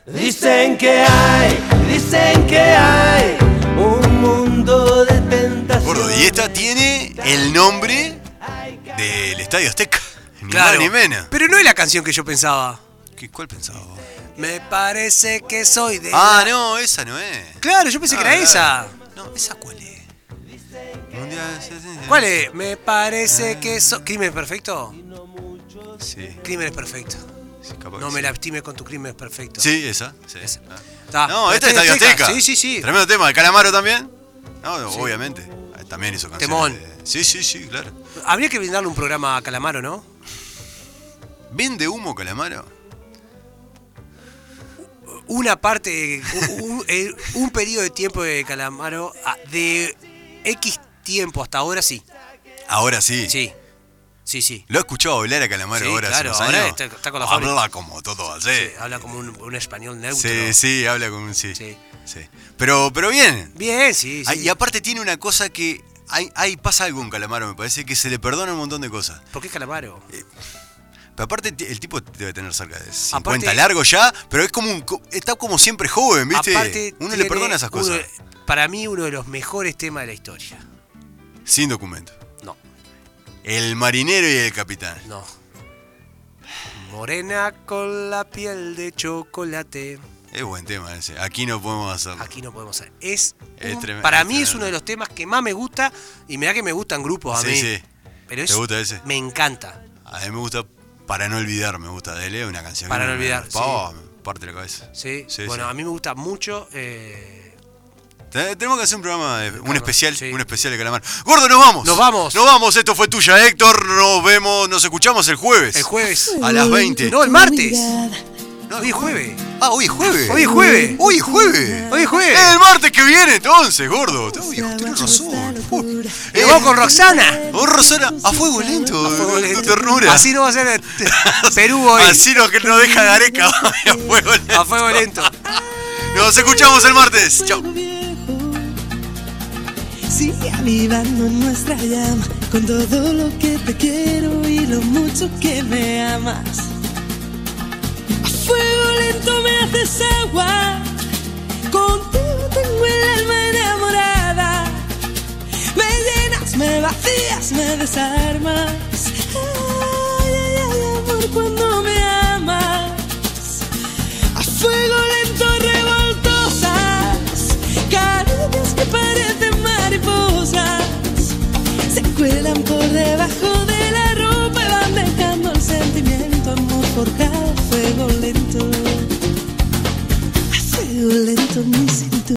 [SPEAKER 6] Dicen que hay, dicen que hay un mundo de tentaciones.
[SPEAKER 5] Gordo, y esta tiene el nombre del Estadio Azteca. Ni más ni menos.
[SPEAKER 4] Pero no es la canción que yo pensaba.
[SPEAKER 5] ¿Qué- ¿Cuál pensaba vos?
[SPEAKER 4] Me parece que soy de.
[SPEAKER 5] Ah, no, esa no es.
[SPEAKER 4] Claro, yo pensé que era
[SPEAKER 5] Ah,
[SPEAKER 4] esa.
[SPEAKER 5] No, ¿esa cuál es? Mundial-
[SPEAKER 4] ¿Cuál es? Me parece que soy. ¿Crimen perfecto?
[SPEAKER 5] Sí,
[SPEAKER 4] Crimen es perfecto.
[SPEAKER 5] sí, capaz
[SPEAKER 4] No
[SPEAKER 5] que
[SPEAKER 4] me
[SPEAKER 5] Pues sí.
[SPEAKER 4] lastimes con tu crimen es perfecto.
[SPEAKER 5] Sí, esa. sí. Ah.
[SPEAKER 4] Está.
[SPEAKER 5] No, esta es
[SPEAKER 4] Estadio
[SPEAKER 5] Estadio Azteca.
[SPEAKER 4] Sí, sí, sí.
[SPEAKER 5] Tremendo tema. ¿El Calamaro también? No, no, obviamente. Ah, También hizo canciones.
[SPEAKER 4] Temón.
[SPEAKER 5] de- Sí, sí, sí, claro.
[SPEAKER 4] Habría que brindarle un programa a Calamaro, ¿no?
[SPEAKER 5] ¿Vende humo Calamaro?
[SPEAKER 4] Una parte, un, un- eh, un periodo de tiempo de Calamaro, ah, de X tiempo hasta ahora sí.
[SPEAKER 5] Ahora sí.
[SPEAKER 4] Sí. Sí, sí.
[SPEAKER 5] Lo he escuchado hablar a Calamaro
[SPEAKER 4] Sí,
[SPEAKER 5] ahora hace
[SPEAKER 4] claro,
[SPEAKER 5] unos
[SPEAKER 4] ahora
[SPEAKER 5] años.
[SPEAKER 4] está- está con la
[SPEAKER 5] Habla
[SPEAKER 4] fábrica.
[SPEAKER 5] como todo así. Sí,
[SPEAKER 4] Habla como un, un español neutro.
[SPEAKER 5] sí, sí, habla como un sí.
[SPEAKER 4] Sí.
[SPEAKER 5] Sí. Pero, pero bien.
[SPEAKER 4] Bien, sí,
[SPEAKER 5] Ay,
[SPEAKER 4] sí.
[SPEAKER 5] Y aparte tiene una cosa que... Hay, hay- pasa algo en Calamaro, me parece, que se le perdona un montón de cosas.
[SPEAKER 4] ¿Por qué Calamaro?
[SPEAKER 5] Pero aparte ti- el tipo debe tener cerca de 50
[SPEAKER 4] Aparte-
[SPEAKER 5] largo ya, pero es como un, co- está como siempre joven, ¿viste?
[SPEAKER 4] Aparte,
[SPEAKER 5] uno le
[SPEAKER 4] tiene
[SPEAKER 5] perdona esas
[SPEAKER 4] uno
[SPEAKER 5] cosas.
[SPEAKER 4] de- para mí, uno de los mejores temas de la historia.
[SPEAKER 5] Sin documento.
[SPEAKER 4] No,
[SPEAKER 5] El marinero y el capitán.
[SPEAKER 4] no. Morena con la piel de chocolate.
[SPEAKER 5] Es buen tema ese. Aquí no podemos hacerlo.
[SPEAKER 4] Aquí no podemos hacer. Es,
[SPEAKER 5] Es
[SPEAKER 4] un-
[SPEAKER 5] tremendo,
[SPEAKER 4] para
[SPEAKER 5] es
[SPEAKER 4] mí es
[SPEAKER 5] tremendo.
[SPEAKER 4] uno de los temas que más me gusta y me da que me gustan grupos a
[SPEAKER 5] Sí,
[SPEAKER 4] mí.
[SPEAKER 5] sí.
[SPEAKER 4] Pero
[SPEAKER 5] ¿Te
[SPEAKER 4] es-
[SPEAKER 5] gusta ese?
[SPEAKER 4] Me encanta.
[SPEAKER 5] A mí me gusta Para no olvidar, me gusta de Leo, una canción. que
[SPEAKER 4] Para
[SPEAKER 5] me-
[SPEAKER 4] no olvidar,
[SPEAKER 5] me pa- me parte la cabeza.
[SPEAKER 4] Sí.
[SPEAKER 5] Sí,
[SPEAKER 4] bueno,
[SPEAKER 5] sí.
[SPEAKER 4] a mí me gusta mucho. eh,
[SPEAKER 5] Te- Tenemos que hacer un programa, de- un
[SPEAKER 4] Claro,
[SPEAKER 5] especial,
[SPEAKER 4] sí.
[SPEAKER 5] un especial de Calamar. Gordo, nos vamos.
[SPEAKER 4] Nos vamos.
[SPEAKER 5] Nos vamos, esto fue tuya, Héctor. Nos vemos, nos escuchamos el jueves.
[SPEAKER 4] el jueves.
[SPEAKER 5] A las 20.
[SPEAKER 4] No, el martes. No, hoy es jueves.
[SPEAKER 5] Ah, hoy es jueves.
[SPEAKER 4] Hoy es jueves.
[SPEAKER 5] Hoy es jueves.
[SPEAKER 4] Hoy es jueves.
[SPEAKER 5] El martes que viene, entonces, gordo. Uy, tenés razón. Uy.
[SPEAKER 4] Eh, vamos con Roxana.
[SPEAKER 5] Oh, Rosana, a fuego lento,
[SPEAKER 4] A fuego
[SPEAKER 5] con
[SPEAKER 4] lento.
[SPEAKER 5] tu ternura.
[SPEAKER 4] Así no va a ser eh, Perú hoy.
[SPEAKER 5] Así no, que no deja Gareca. A fuego lento.
[SPEAKER 4] A fuego lento.
[SPEAKER 5] Nos escuchamos el martes. Chau.
[SPEAKER 6] Pueblo viejo Sigue avivando nuestra llama con todo lo que te quiero y lo mucho que me amas. A fuego lento me haces agua, contigo tengo el alma enamorada. Me llenas, me vacías, me desarmas.